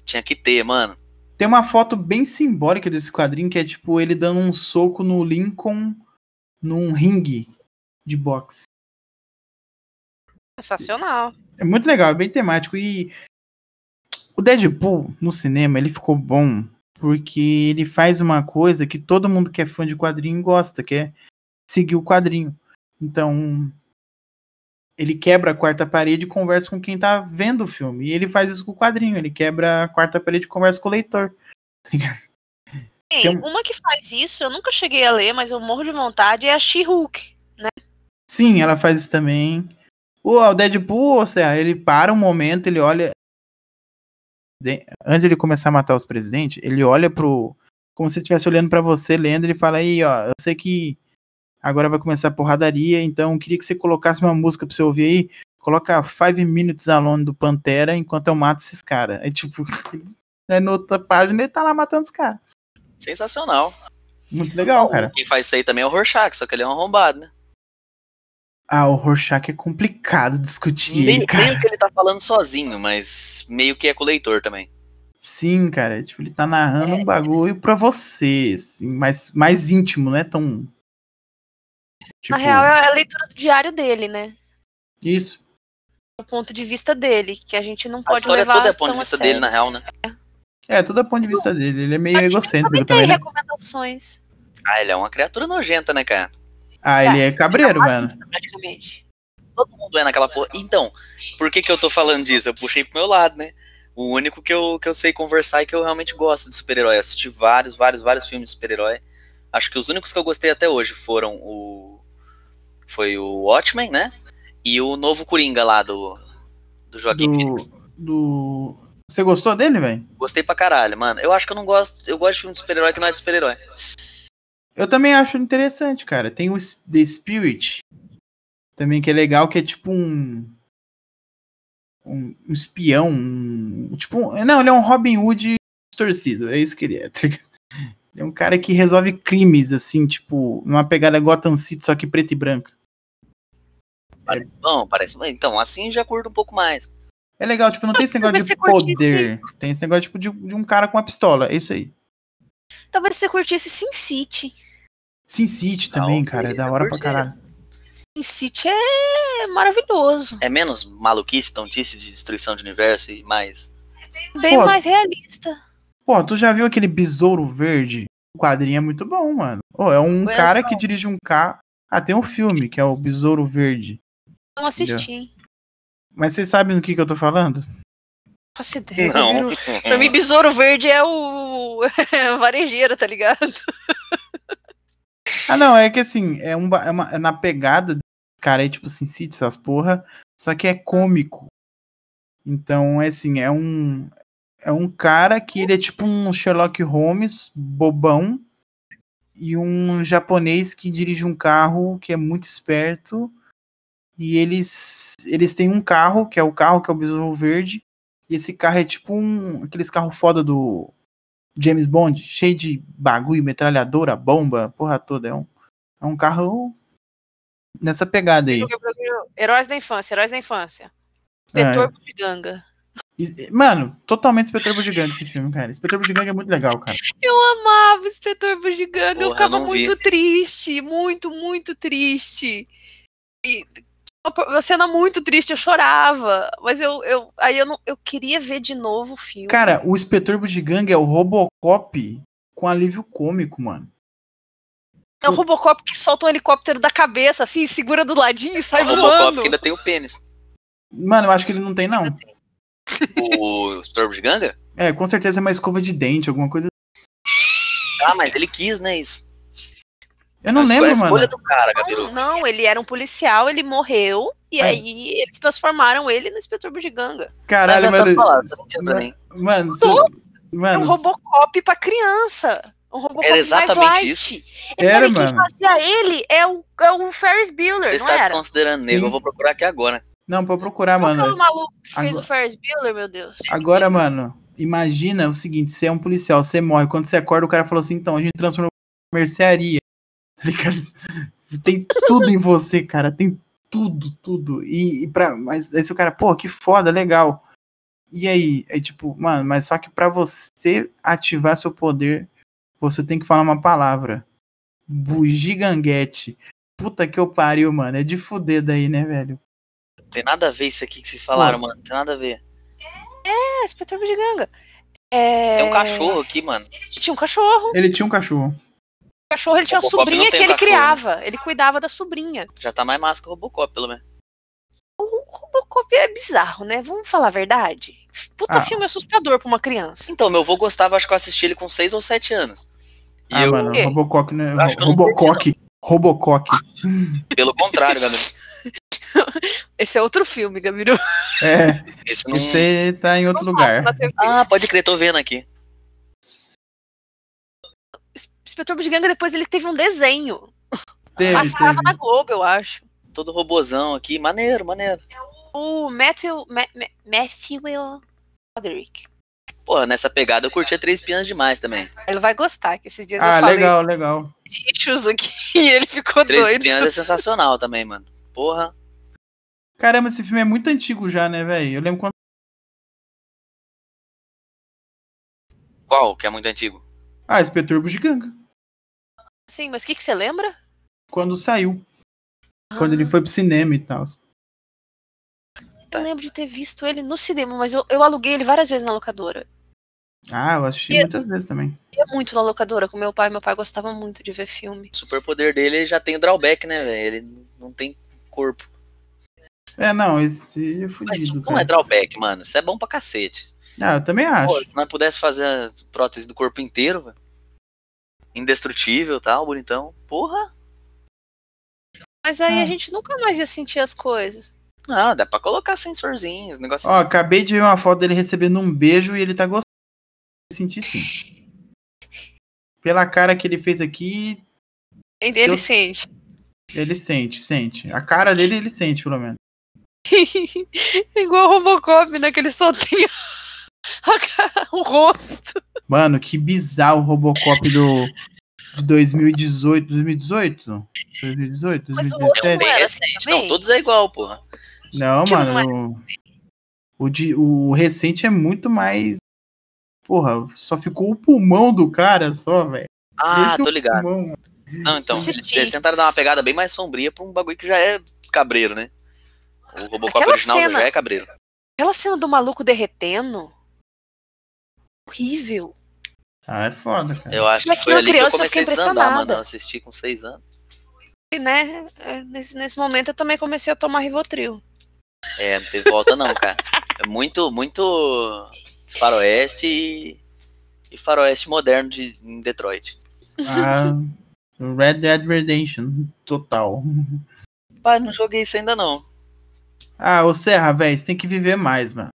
[SPEAKER 3] Tinha que ter, mano.
[SPEAKER 1] Tem uma foto bem simbólica desse quadrinho que é tipo ele dando um soco no Lincoln num ringue de boxe.
[SPEAKER 2] Sensacional.
[SPEAKER 1] É muito legal, é bem temático. E o Deadpool no cinema, ele ficou bom porque ele faz uma coisa que todo mundo que é fã de quadrinho gosta, que é seguir o quadrinho. Então, ele quebra a quarta parede e conversa com quem tá vendo o filme. E ele faz isso com o quadrinho, ele quebra a quarta parede e conversa com o leitor.
[SPEAKER 2] Tem
[SPEAKER 1] Tem um-
[SPEAKER 2] uma que faz isso, eu nunca cheguei a ler, mas eu morro de vontade, é a She-Hulk.
[SPEAKER 1] Sim, ela faz isso também. O o Deadpool, ou seja, ele para um momento, ele olha. De- Antes de ele começar a matar os presidentes, ele olha pro. Como se ele estivesse olhando pra você, lendo, ele fala aí, ó, eu sei que agora vai começar a porradaria, então eu queria que você colocasse uma música pra você ouvir aí. Coloca Five Minutes Alone do Pantera enquanto eu mato esses caras. Aí, tipo, aí na outra página ele tá lá matando os caras.
[SPEAKER 3] Sensacional.
[SPEAKER 1] Muito legal, cara.
[SPEAKER 3] Quem faz isso aí também é o Rorschach, só que ele é um arrombado, né?
[SPEAKER 1] Ah, o Rorschach é complicado discutir ele,
[SPEAKER 3] Meio,
[SPEAKER 1] cara.
[SPEAKER 3] meio que ele tá falando sozinho, mas meio que é com o leitor também.
[SPEAKER 1] Sim, cara, tipo, ele tá
[SPEAKER 2] É.
[SPEAKER 1] narrando um bagulho pra você, assim, mais, mais íntimo, não é tão. Tipo,
[SPEAKER 2] Na real, é a leitura do diário dele, né?
[SPEAKER 1] Isso.
[SPEAKER 2] O ponto de vista dele, que a gente não
[SPEAKER 3] A
[SPEAKER 2] pode
[SPEAKER 3] história
[SPEAKER 2] levar
[SPEAKER 3] toda é ponto
[SPEAKER 2] tão
[SPEAKER 3] de
[SPEAKER 2] a
[SPEAKER 3] vista
[SPEAKER 2] sério.
[SPEAKER 3] dele, na real, né?
[SPEAKER 1] É, todo ponto de vista dele. Ele é meio
[SPEAKER 2] A gente
[SPEAKER 1] egocêntrico
[SPEAKER 2] Também tem
[SPEAKER 1] também, né?
[SPEAKER 2] recomendações.
[SPEAKER 3] Ah, ele é uma criatura nojenta, né, cara?
[SPEAKER 1] Ah, ele é cabreiro, mano.
[SPEAKER 2] Racista, praticamente.
[SPEAKER 3] Todo mundo é naquela porra. Então, por que que eu tô falando disso? Eu puxei pro meu lado, né? O único que eu, que eu sei conversar e que eu realmente gosto de super-herói. Eu assisti vários, vários, vários filmes de super-herói. Acho que os únicos que eu gostei até hoje foram o. Foi o Watchmen, né? E o novo Coringa lá do, do Joaquim
[SPEAKER 1] Do,
[SPEAKER 3] Phoenix.
[SPEAKER 1] do. Você gostou dele, velho?
[SPEAKER 3] Gostei pra caralho, mano. Eu acho que eu não gosto. Eu gosto de filme de super-herói que não é de super-herói.
[SPEAKER 1] Eu também acho interessante, cara. Tem o S- The Spirit também, que é legal, que é tipo um. Um, um espião. um- tipo, um- não, ele é um Robin Hood distorcido. É isso que ele é, tá ligado? Ele é um cara que resolve crimes, assim, tipo, numa pegada Gotham City, só que preto e branco. É,
[SPEAKER 3] parece bom, parece. Então, assim já curto um pouco mais.
[SPEAKER 1] é legal, tipo, não tem esse negócio
[SPEAKER 2] Ah, Mas
[SPEAKER 1] de
[SPEAKER 2] você curte
[SPEAKER 1] poder. Tem esse negócio, tipo, de, de um cara com uma pistola. É isso aí.
[SPEAKER 2] Talvez você curtisse Sin City.
[SPEAKER 1] Sin City também,
[SPEAKER 3] Talvez,
[SPEAKER 1] cara. É da
[SPEAKER 3] eu
[SPEAKER 1] hora pra
[SPEAKER 3] curti
[SPEAKER 1] caralho.
[SPEAKER 3] isso.
[SPEAKER 2] Sin City é maravilhoso.
[SPEAKER 3] É menos maluquice, tontice de destruição de universo e mais.
[SPEAKER 2] Bem
[SPEAKER 1] Pô.
[SPEAKER 2] mais realista.
[SPEAKER 1] Pô, tu já viu aquele Besouro Verde? O quadrinho é muito bom, mano. Ô, é um
[SPEAKER 3] Conheço,
[SPEAKER 1] cara
[SPEAKER 3] não.
[SPEAKER 1] que dirige um carro. Ah, tem um filme que é o Besouro Verde.
[SPEAKER 2] Não assisti, hein?
[SPEAKER 1] Mas vocês sabem do que, que eu tô falando?
[SPEAKER 2] Faço ideia.
[SPEAKER 3] Não.
[SPEAKER 2] Pra mim, Besouro Verde é o é o varejeiro, tá ligado?
[SPEAKER 1] Ah, não, é que assim, é, um, ba- é, uma- é na pegada desse cara aí, tipo Sin City, essas porra, só que é cômico. Então, é assim, é um é um cara que ele é tipo um Sherlock Holmes bobão e um japonês que dirige um carro que é muito esperto e eles eles têm um carro, que é o carro que é o Besouro Verde, e esse carro é tipo um aqueles carro foda do James Bond, cheio de bagulho, metralhadora, bomba, porra toda, é um é um carro nessa pegada aí.
[SPEAKER 2] é Heróis da infância, heróis da infância.
[SPEAKER 1] É.
[SPEAKER 2] Vetor de Bugiganga.
[SPEAKER 1] E- Mano, totalmente Inspetor Bugiganga esse filme, cara. Inspetor Bugiganga é muito legal, cara.
[SPEAKER 2] Eu amava Inspetor Bugiganga,
[SPEAKER 3] Porra, eu
[SPEAKER 2] eu ficava
[SPEAKER 3] não vi.
[SPEAKER 2] muito triste, muito, muito triste. E uma cena muito triste, eu chorava. Mas eu, eu aí eu não, eu queria ver de novo o filme.
[SPEAKER 1] Cara, o Inspetor Bugiganga é o Robocop com alívio cômico, mano.
[SPEAKER 2] é o Robocop que solta um helicóptero da cabeça, assim, segura do ladinho e sai
[SPEAKER 3] o Robocop
[SPEAKER 2] voando.
[SPEAKER 3] que ainda tem o pênis.
[SPEAKER 1] Mano, eu acho que ele não tem, não.
[SPEAKER 3] O Super de Ganga?
[SPEAKER 1] É, com certeza é uma escova de dente, alguma coisa.
[SPEAKER 3] Ah, mas ele quis, né? Isso.
[SPEAKER 1] Eu não
[SPEAKER 3] Mas foi a
[SPEAKER 1] lembro, mano.
[SPEAKER 3] escolha do cara,
[SPEAKER 2] Não,
[SPEAKER 3] Gabiru.
[SPEAKER 2] não, ele era um policial, ele morreu, e
[SPEAKER 1] É.
[SPEAKER 2] aí eles transformaram ele no Inspetor Bugiganga.
[SPEAKER 1] Caralho,
[SPEAKER 3] Não adianta
[SPEAKER 1] mano.
[SPEAKER 3] falar, tá mentindo pra mim.
[SPEAKER 1] Mano,
[SPEAKER 2] Tô.
[SPEAKER 1] você-
[SPEAKER 2] É um
[SPEAKER 1] mano,
[SPEAKER 2] Robocop pra criança. Um Robocop
[SPEAKER 3] Era
[SPEAKER 2] mais
[SPEAKER 3] exatamente
[SPEAKER 2] light.
[SPEAKER 3] isso.
[SPEAKER 2] É
[SPEAKER 1] Era,
[SPEAKER 2] porque quem
[SPEAKER 1] mano.
[SPEAKER 2] fazia ele é o, é o Ferris Bueller,
[SPEAKER 3] Você
[SPEAKER 2] não
[SPEAKER 3] está
[SPEAKER 2] era?
[SPEAKER 3] desconsiderando nego,
[SPEAKER 1] Sim.
[SPEAKER 3] eu vou procurar aqui agora.
[SPEAKER 1] não, pra procurar,
[SPEAKER 2] Qual que é o
[SPEAKER 1] mano.
[SPEAKER 2] maluco que fez
[SPEAKER 1] agora-
[SPEAKER 2] o Ferris Bueller, meu Deus?
[SPEAKER 1] Agora, mano, imagina o seguinte: você é um policial, você morre. Quando você acorda, o cara falou assim: então, a gente transformou em mercearia. Tá ligado? Tem tudo em você, cara. Tem tudo, tudo. E, e pra, mas aí se o cara, pô, que foda, legal. E aí? É tipo, mano, mas só que pra você ativar seu poder, você tem que falar uma palavra: bugiganguete. Puta que eu pariu, mano. É de fuder daí, né, velho?
[SPEAKER 3] Tem nada a ver isso aqui que vocês falaram,
[SPEAKER 1] Nossa.
[SPEAKER 3] mano. Tem nada a ver.
[SPEAKER 2] É, Inspetor Bugiganga. É...
[SPEAKER 3] Tem um cachorro aqui, mano.
[SPEAKER 2] Tinha um cachorro.
[SPEAKER 1] Ele tinha um cachorro.
[SPEAKER 2] O cachorro ele tinha uma
[SPEAKER 3] Robocop não
[SPEAKER 2] sobrinha que
[SPEAKER 3] tem um
[SPEAKER 2] ele
[SPEAKER 3] cachorro, né?
[SPEAKER 2] criava. Ele cuidava da sobrinha.
[SPEAKER 3] Já tá mais massa que o Robocop, pelo menos.
[SPEAKER 2] O Robocop é bizarro, né? Vamos falar a verdade? Puta
[SPEAKER 1] Ah.
[SPEAKER 2] filme assustador pra uma criança.
[SPEAKER 3] Então, meu avô gostava, acho que eu assisti ele com 6 ou 7 anos. E
[SPEAKER 1] Ah,
[SPEAKER 3] eu,
[SPEAKER 1] mano,
[SPEAKER 2] quê?
[SPEAKER 1] Robocock, né?
[SPEAKER 3] Eu acho que eu não
[SPEAKER 1] Robocock. Robocock.
[SPEAKER 3] pelo contrário, galera.
[SPEAKER 2] Esse é outro filme, Gabiru.
[SPEAKER 1] É,
[SPEAKER 3] Esse não...
[SPEAKER 1] você tá em outro
[SPEAKER 2] Não passa
[SPEAKER 1] lugar.
[SPEAKER 2] na TV.
[SPEAKER 3] Ah, pode crer, tô vendo aqui.
[SPEAKER 2] Inspetor Bugiganga depois ele teve um desenho.
[SPEAKER 1] Teve,
[SPEAKER 2] Passava na
[SPEAKER 1] teve.
[SPEAKER 2] Globo, eu acho.
[SPEAKER 3] Todo robozão aqui. Maneiro, maneiro.
[SPEAKER 2] O Matthew. Ma Ma- Matthew Roderick.
[SPEAKER 3] Porra, nessa pegada eu curtia Três Pianos demais também.
[SPEAKER 2] Ele vai gostar, que esses dias
[SPEAKER 1] Ah,
[SPEAKER 2] eu falei
[SPEAKER 1] legal, legal.
[SPEAKER 2] de issues aqui e ele ficou
[SPEAKER 3] Três
[SPEAKER 2] doido.
[SPEAKER 3] Pianos é sensacional também, mano. Porra.
[SPEAKER 1] Caramba, esse filme é muito antigo já, né, velho? Eu lembro quando.
[SPEAKER 3] Qual que é muito antigo?
[SPEAKER 1] Ah, Espeturbo Giganga.
[SPEAKER 2] Sim, mas o que, que você lembra?
[SPEAKER 1] Quando saiu. Quando ele foi pro cinema e tal.
[SPEAKER 3] Tá.
[SPEAKER 2] Ah, Eu lembro de ter visto ele no cinema, mas eu, eu aluguei ele várias vezes na locadora.
[SPEAKER 1] Ah, eu assisti
[SPEAKER 2] E-
[SPEAKER 1] muitas vezes também.
[SPEAKER 2] Eu ia muito na locadora com meu pai. Meu pai gostava muito de ver filme.
[SPEAKER 3] O superpoder dele já tem o drawback, né, velho? Ele não tem corpo.
[SPEAKER 1] É, não, esse é
[SPEAKER 3] Mas isso
[SPEAKER 1] fudido,
[SPEAKER 3] não
[SPEAKER 1] cara.
[SPEAKER 3] é drawback, mano. Isso é bom pra cacete.
[SPEAKER 1] Ah, eu também acho.
[SPEAKER 3] Pô, se nós pudesse fazer a prótese do corpo inteiro, velho. Indestrutível e tal, bonitão. Porra.
[SPEAKER 2] Mas aí
[SPEAKER 1] Ah.
[SPEAKER 2] a gente nunca mais ia sentir as coisas.
[SPEAKER 3] Não, Ah, dá pra colocar sensorzinhos, negócio.
[SPEAKER 1] Ó, acabei de ver uma foto dele recebendo um beijo e ele tá gostando. Senti sim. Pela cara que ele fez aqui,
[SPEAKER 2] Ele
[SPEAKER 1] Eu-
[SPEAKER 2] sente.
[SPEAKER 1] ele sente, sente. A cara dele, ele sente, pelo menos.
[SPEAKER 2] Igual o Robocop, né? Que ele só tem a- a ca- o rosto.
[SPEAKER 1] Mano, que bizarro o Robocop do, de 2018, 2018? 2018,
[SPEAKER 2] Mas o
[SPEAKER 1] 2017?
[SPEAKER 2] último
[SPEAKER 3] Bem
[SPEAKER 2] era assim
[SPEAKER 3] recente,
[SPEAKER 2] também?
[SPEAKER 3] não, todos é igual, porra.
[SPEAKER 1] Não,
[SPEAKER 2] Tiro não é?
[SPEAKER 1] mano. O, o de- o recente é muito mais. Porra, só ficou o pulmão do cara só, velho.
[SPEAKER 3] Ah,
[SPEAKER 1] Esse é
[SPEAKER 3] tô
[SPEAKER 1] o
[SPEAKER 3] ligado.
[SPEAKER 1] pulmão.
[SPEAKER 3] Não, então, eles,
[SPEAKER 2] Assisti.
[SPEAKER 3] eles tentaram dar uma pegada bem mais sombria pra um bagulho que já é cabreiro, né? O Robocop
[SPEAKER 2] Aquela
[SPEAKER 3] original
[SPEAKER 2] cena-
[SPEAKER 3] já é cabreiro.
[SPEAKER 2] Aquela cena do maluco derretendo. Horrível.
[SPEAKER 1] Ah, é foda, cara.
[SPEAKER 3] Eu acho que
[SPEAKER 2] Mas
[SPEAKER 3] foi
[SPEAKER 2] eu
[SPEAKER 3] ali que eu
[SPEAKER 2] criança, eu
[SPEAKER 3] comecei a
[SPEAKER 2] fiquei
[SPEAKER 3] desandar, mano.
[SPEAKER 2] impressionada.
[SPEAKER 3] Eu assisti com seis anos.
[SPEAKER 2] E, né, é, nesse, nesse momento eu também comecei a tomar Rivotril.
[SPEAKER 3] É, não teve volta não, cara. É muito, muito faroeste e, e faroeste moderno de, em Detroit.
[SPEAKER 1] Ah, Red Dead Redemption, total.
[SPEAKER 3] Pai, não joguei isso ainda não.
[SPEAKER 1] Ah, ô Serra, velho, você tem que viver mais, mano.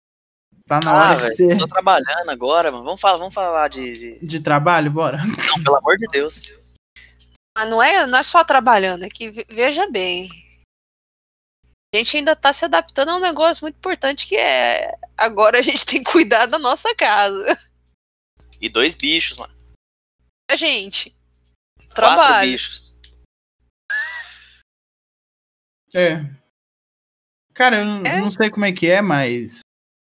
[SPEAKER 1] Tá na
[SPEAKER 3] Ah,
[SPEAKER 1] hora de,
[SPEAKER 3] velho,
[SPEAKER 1] ser...
[SPEAKER 3] tô trabalhando agora, mano. Vamos falar, vamos falar de, de-
[SPEAKER 1] de trabalho, bora.
[SPEAKER 3] Não, pelo amor de Deus.
[SPEAKER 2] Mas não é, não é só trabalhando, é que ve- veja bem. A gente ainda tá se adaptando a um negócio muito importante que é agora a gente tem que cuidar da nossa casa.
[SPEAKER 3] E dois bichos, mano.
[SPEAKER 2] A gente.
[SPEAKER 3] Quatro
[SPEAKER 2] Trabalho.
[SPEAKER 3] bichos.
[SPEAKER 1] É. Cara, eu n-
[SPEAKER 2] É.
[SPEAKER 1] não sei como é que é, mas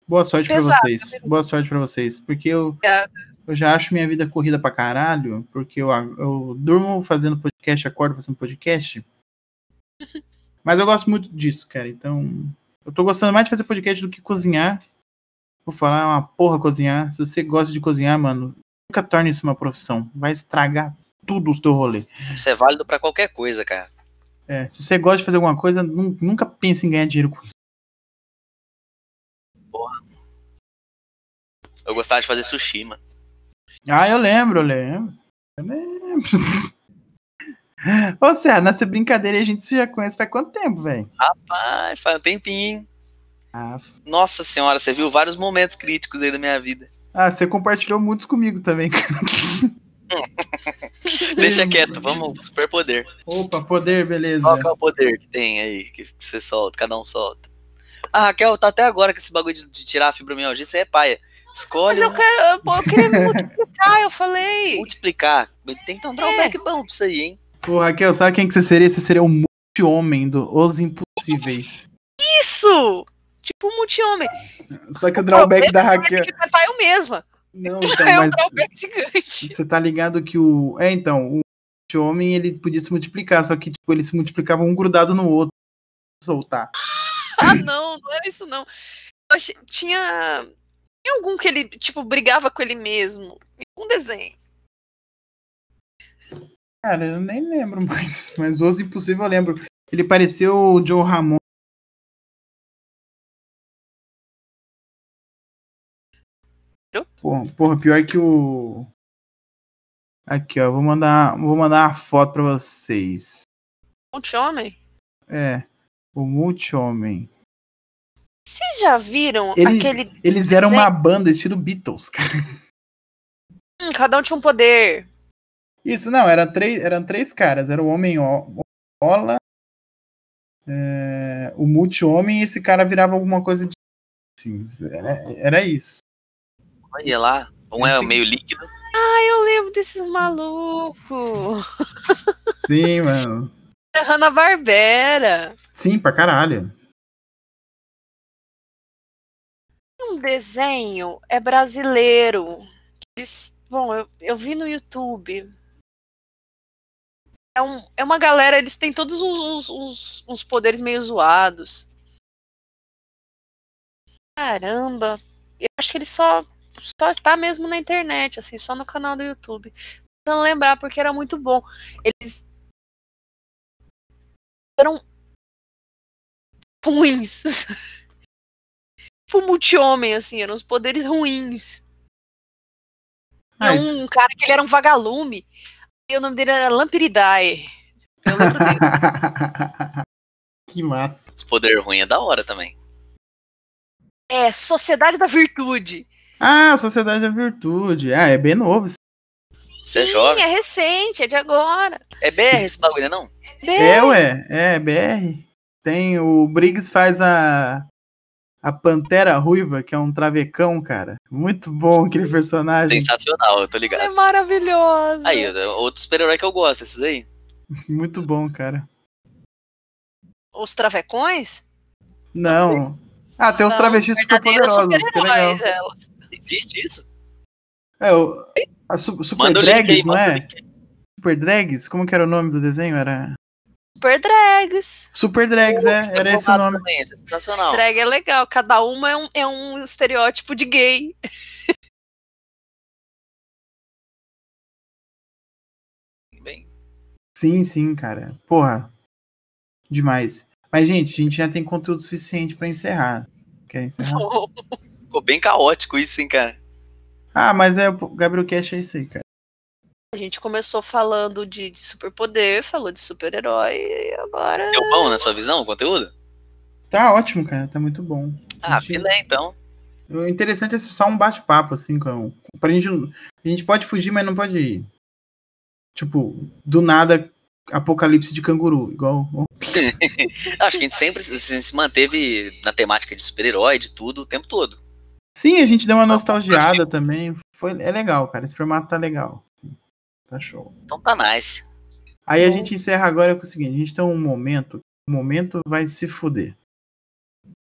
[SPEAKER 1] boa sorte pra
[SPEAKER 2] Pesado,
[SPEAKER 1] vocês. Boa sorte pra vocês, porque eu
[SPEAKER 2] Obrigada.
[SPEAKER 1] eu já acho minha vida corrida pra caralho, porque eu, a- eu durmo fazendo podcast, acordo fazendo podcast. Mas eu gosto muito disso, cara. Então, eu tô gostando mais de fazer podcast do que cozinhar. Vou falar uma porra cozinhar. Se você gosta de cozinhar, mano, nunca torne isso uma profissão. Vai estragar tudo o seu rolê.
[SPEAKER 3] Isso é válido pra qualquer coisa, cara.
[SPEAKER 1] É, se você gosta de fazer alguma coisa, nun- nunca pense em ganhar dinheiro com isso.
[SPEAKER 3] Eu gostava de fazer sushi, mano.
[SPEAKER 1] Ah, eu lembro, eu lembro. Eu lembro. Ô, Serra, nessa brincadeira a gente se já conhece faz quanto tempo, velho?
[SPEAKER 3] Pai, faz um tempinho, hein?
[SPEAKER 1] Ah,
[SPEAKER 3] Nossa senhora, você viu vários momentos críticos aí da minha vida.
[SPEAKER 1] Ah, você compartilhou muitos comigo também. cara.
[SPEAKER 3] Deixa quieto, vamos pro superpoder.
[SPEAKER 1] Opa, poder, beleza.
[SPEAKER 3] Qual que é o poder que tem aí, que que você solta, cada um solta? A Raquel tá até agora com esse bagulho de, de tirar a fibromialgia, isso aí é paia. Escolhe
[SPEAKER 2] Mas eu
[SPEAKER 1] né?
[SPEAKER 3] um-
[SPEAKER 2] quero, eu, pô, eu queria me multiplicar, eu falei.
[SPEAKER 3] multiplicar. Tem que dar um
[SPEAKER 2] É.
[SPEAKER 3] back bom pra isso aí, hein?
[SPEAKER 1] Ô, Raquel, sabe quem que você seria? Você seria o multi-homem do Os Impossíveis.
[SPEAKER 2] Isso! Tipo um multi-homem.
[SPEAKER 1] Só que o
[SPEAKER 2] O
[SPEAKER 1] drawback da
[SPEAKER 2] Eu tenho
[SPEAKER 1] Raquel.
[SPEAKER 2] que cantar eu mesma.
[SPEAKER 1] Não, então,
[SPEAKER 2] é um
[SPEAKER 1] mas
[SPEAKER 2] drawback gigante.
[SPEAKER 1] você tá ligado que o. É, então, o multi-homem ele podia se multiplicar, só que tipo, ele se multiplicava um grudado no outro. Soltar.
[SPEAKER 2] Ah, não, não era isso, não. Eu achei- tinha... tinha algum que ele, tipo, brigava com ele mesmo. Um desenho.
[SPEAKER 1] Cara, eu nem lembro mais, mas Os Impossíveis eu lembro. Ele pareceu o Joe Ramon. Porra, porra, pior que o. Aqui, ó. Vou mandar, vou mandar uma foto pra vocês.
[SPEAKER 2] um Multi-homem?
[SPEAKER 1] É. O Multi-Homem.
[SPEAKER 2] Vocês já viram
[SPEAKER 1] Ele-
[SPEAKER 2] aquele...
[SPEAKER 1] Eles eram
[SPEAKER 2] Sim.
[SPEAKER 1] uma banda estilo Beatles, cara.
[SPEAKER 2] Hum, cada um tinha um poder.
[SPEAKER 1] Isso, não, eram três, eram três caras. Era o Homem O- Ola, é, o Multi-Homem e esse cara virava alguma coisa de. Sim, era, era isso.
[SPEAKER 3] Olha lá. Um é
[SPEAKER 1] Antigo.
[SPEAKER 3] meio líquido.
[SPEAKER 2] Ah, eu lembro desses malucos.
[SPEAKER 1] Sim, mano.
[SPEAKER 2] Era Hanna-Barbera.
[SPEAKER 1] Sim, pra caralho.
[SPEAKER 2] um desenho é brasileiro. Eles- bom, eu, eu vi no YouTube. É, um- é uma galera, eles têm todos uns, uns- uns- uns poderes meio zoados. Caramba! Eu acho que ele só, só está mesmo na internet, assim, só no canal do YouTube. Tentando lembrar, porque era muito bom. Eles eram ruins. tipo multi-homem, assim, eram os poderes ruins.
[SPEAKER 1] Ah,
[SPEAKER 2] Tinha
[SPEAKER 1] isso-
[SPEAKER 2] um cara que ele era um vagalume, e o nome dele era Lampiridae. Eu lembro dele.
[SPEAKER 1] que massa.
[SPEAKER 3] Esse poder ruim é da hora também.
[SPEAKER 2] É, Sociedade da Virtude.
[SPEAKER 1] Ah, Sociedade da Virtude. Ah, é bem novo. esse-
[SPEAKER 3] Você é
[SPEAKER 2] Sim,
[SPEAKER 3] jovem.
[SPEAKER 2] é recente, é de agora.
[SPEAKER 3] É BR esse bagulho, não?
[SPEAKER 2] Bem,
[SPEAKER 1] É, ué. É, BR. Tem o Briggs faz a. a Pantera Ruiva, que é um travecão, cara. Muito bom aquele personagem.
[SPEAKER 3] Sensacional, eu tô ligado.
[SPEAKER 2] Ela é maravilhosa.
[SPEAKER 3] Aí, outro super-herói que eu gosto, esses aí.
[SPEAKER 1] Muito bom, cara.
[SPEAKER 2] Os travecões?
[SPEAKER 1] Não. Ah, tem os travestis super
[SPEAKER 2] Verdadeiros
[SPEAKER 1] poderosos.
[SPEAKER 2] super-heróis, É, elas.
[SPEAKER 3] Existe isso?
[SPEAKER 1] É, o, a su- Super
[SPEAKER 3] Manda o link aí,
[SPEAKER 1] Drags, não
[SPEAKER 3] manda o
[SPEAKER 1] é?
[SPEAKER 3] link aí.
[SPEAKER 1] Super Drags? Como que era o nome do desenho? Era.
[SPEAKER 2] Super drags.
[SPEAKER 1] Super Drags, é.
[SPEAKER 3] Esse
[SPEAKER 1] Era
[SPEAKER 3] é
[SPEAKER 1] esse o
[SPEAKER 3] bombado
[SPEAKER 1] nome.
[SPEAKER 3] também, esse é sensacional.
[SPEAKER 2] Drag é legal, cada uma é um, é um estereótipo de gay.
[SPEAKER 3] Bem,
[SPEAKER 1] Sim, sim, cara. Porra. Demais. Mas, gente, a gente já tem conteúdo suficiente pra encerrar. Quer encerrar?
[SPEAKER 3] ficou bem caótico isso, hein, cara.
[SPEAKER 1] Ah, mas é o Gabriel Cash é isso aí, cara.
[SPEAKER 2] A gente começou falando de, de superpoder, falou de super-herói, e agora. é
[SPEAKER 3] Deu bom na sua visão o conteúdo?
[SPEAKER 1] Tá ótimo, cara. Tá muito bom.
[SPEAKER 3] Ah,
[SPEAKER 1] Gente.
[SPEAKER 3] filé, então.
[SPEAKER 1] O interessante é só um bate-papo, assim, com. Pra gente. não- A gente pode fugir, mas não pode. Tipo, do nada, apocalipse de canguru. Igual.
[SPEAKER 3] Acho que a gente sempre se- se se manteve na temática de super-herói, de tudo, o tempo todo.
[SPEAKER 1] Sim, a gente deu uma nostalgiada
[SPEAKER 3] Achei-
[SPEAKER 1] também. Foi, é legal, cara. Esse formato tá legal. Sim, Tá show.
[SPEAKER 3] Então tá nice.
[SPEAKER 1] Aí a
[SPEAKER 2] Bom.
[SPEAKER 1] gente encerra agora com o seguinte: a gente tem um momento. O momento vai se fuder.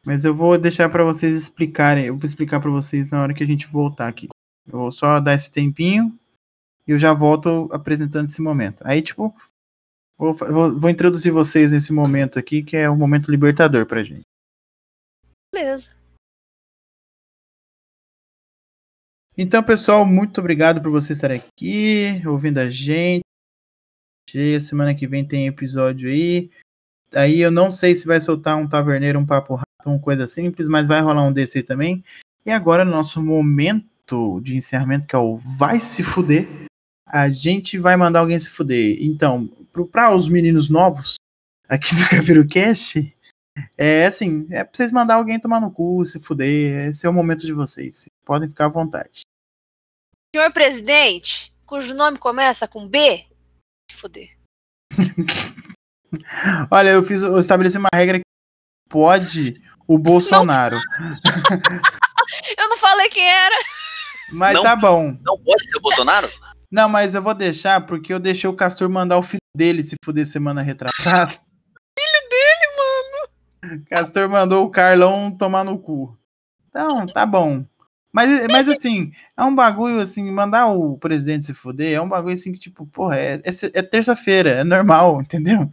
[SPEAKER 1] Mas eu vou deixar pra vocês explicarem. Eu vou explicar pra vocês na hora que a gente voltar aqui. Eu vou só dar esse tempinho e eu já volto apresentando esse momento. Aí, tipo, vou, fa- vou, vou introduzir vocês nesse momento aqui, que é um momento libertador pra gente.
[SPEAKER 2] Beleza.
[SPEAKER 1] Então, pessoal, muito obrigado por vocês estarem aqui, ouvindo a gente. E Semana que vem tem episódio aí. Aí eu não sei se vai soltar um taverneiro, um papo rato, uma coisa simples, mas vai rolar um desse aí também. E agora, no nosso momento de encerramento, que é o Vai Se Fuder, a gente vai mandar alguém se fuder. Então, para os meninos novos aqui do Cavirocast, é assim, é pra vocês mandar alguém tomar no cu, se fuder, esse é o momento de vocês. Podem ficar à vontade.
[SPEAKER 2] Senhor presidente, cujo nome começa com B. Se fuder.
[SPEAKER 1] Olha, eu fiz, eu estabeleci uma regra que pode o Bolsonaro.
[SPEAKER 2] Eu não falei quem era.
[SPEAKER 1] Mas
[SPEAKER 3] Não.
[SPEAKER 1] tá bom.
[SPEAKER 3] Não pode ser o Bolsonaro?
[SPEAKER 1] Não, mas eu vou deixar porque eu deixei o Castor mandar o filho dele se fuder semana retrasada. filho dele, mano. Castor mandou o Carlão tomar no cu. Então, tá bom. Mas, mas assim, é um bagulho assim, mandar o presidente se fuder, é um bagulho assim que, tipo, porra, é, é se- é terça-feira, é normal, entendeu?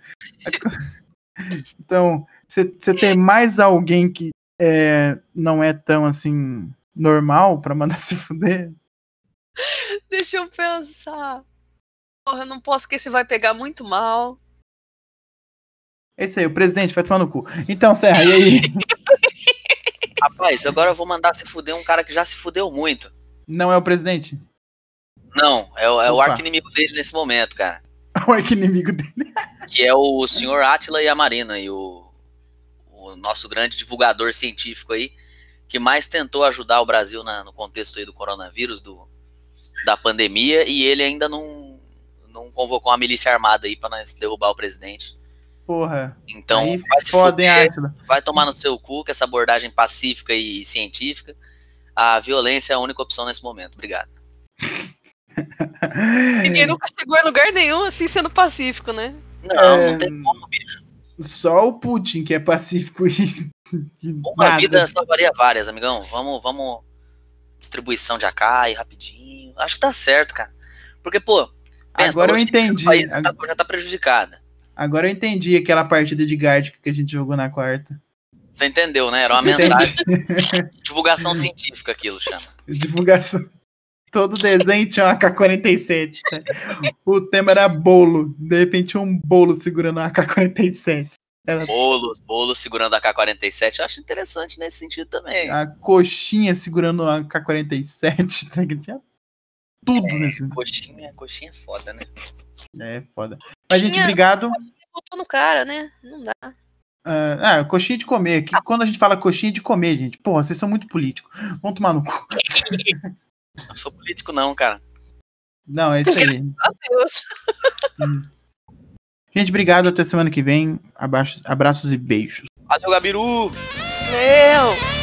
[SPEAKER 1] Então, você tem mais alguém que é, não é tão assim normal pra mandar se fuder?
[SPEAKER 2] Deixa eu pensar. Porra, eu não posso que esse vai pegar muito mal.
[SPEAKER 1] É isso aí, o presidente vai tomar no cu. Então, Serra, e aí?
[SPEAKER 3] Rapaz, agora eu vou mandar se fuder um cara que já se fudeu muito.
[SPEAKER 1] Não é o presidente?
[SPEAKER 3] Não, é, o- é o
[SPEAKER 1] Opa.
[SPEAKER 3] arco inimigo dele nesse momento, cara.
[SPEAKER 1] É o arquinimigo dele.
[SPEAKER 3] Que é o senhor Átila e a Marina, e o, o nosso grande divulgador científico aí, que mais tentou ajudar o Brasil na- no contexto aí do coronavírus, do, da pandemia, e ele ainda não, não convocou uma milícia armada aí pra nós derrubar o presidente.
[SPEAKER 1] Porra.
[SPEAKER 3] Então,
[SPEAKER 1] aí
[SPEAKER 3] vai se
[SPEAKER 1] fodem a
[SPEAKER 3] fuder,
[SPEAKER 1] Átila.
[SPEAKER 3] vai tomar no seu cu com essa abordagem pacífica e científica. A violência é a única opção nesse momento. Obrigado.
[SPEAKER 2] Ninguém nunca chegou em lugar nenhum assim sendo pacífico, né?
[SPEAKER 3] Não,
[SPEAKER 1] É,
[SPEAKER 3] não tem como, bicho.
[SPEAKER 1] Só o Putin que é pacífico e. e
[SPEAKER 3] Uma
[SPEAKER 1] nada.
[SPEAKER 3] vida salvaria várias, amigão. Vamos, vamos. Distribuição de AK rapidinho. Acho que tá certo, cara. Porque, pô,
[SPEAKER 1] Agora eu
[SPEAKER 3] hoje
[SPEAKER 1] entendi.
[SPEAKER 3] O país
[SPEAKER 1] Ag-
[SPEAKER 3] tá- já tá prejudicada.
[SPEAKER 1] Agora eu entendi aquela partida de Gartic que a gente jogou na quarta.
[SPEAKER 3] Você entendeu, né? Era uma
[SPEAKER 1] Entendi.
[SPEAKER 3] mensagem. Divulgação científica, aquilo chama.
[SPEAKER 1] Divulgação. Todo desenho tinha uma AK-47. né? O tema era bolo. De repente, tinha um bolo segurando uma AK-47. Era
[SPEAKER 3] Bolos, bolos segurando a K-47. Eu acho interessante nesse sentido também.
[SPEAKER 1] a coxinha segurando uma K-47. tá? Que Tinha tudo nesse.
[SPEAKER 3] Coxinha, coxinha é foda, né?
[SPEAKER 1] É foda. Mas, gente,
[SPEAKER 2] Tinha-
[SPEAKER 1] obrigado.
[SPEAKER 2] Botou no cara, né? Não dá.
[SPEAKER 1] Ah, ah, coxinha de comer. Que quando a gente fala coxinha de comer, gente, porra, vocês são muito políticos. Vão tomar no cu.
[SPEAKER 3] Não sou político, não, cara.
[SPEAKER 1] Não, é isso aí.
[SPEAKER 2] Deus.
[SPEAKER 1] Gente, obrigado. Até semana que vem. Abaixo- abraços e beijos.
[SPEAKER 3] Valeu, Gabiru!
[SPEAKER 2] Meu.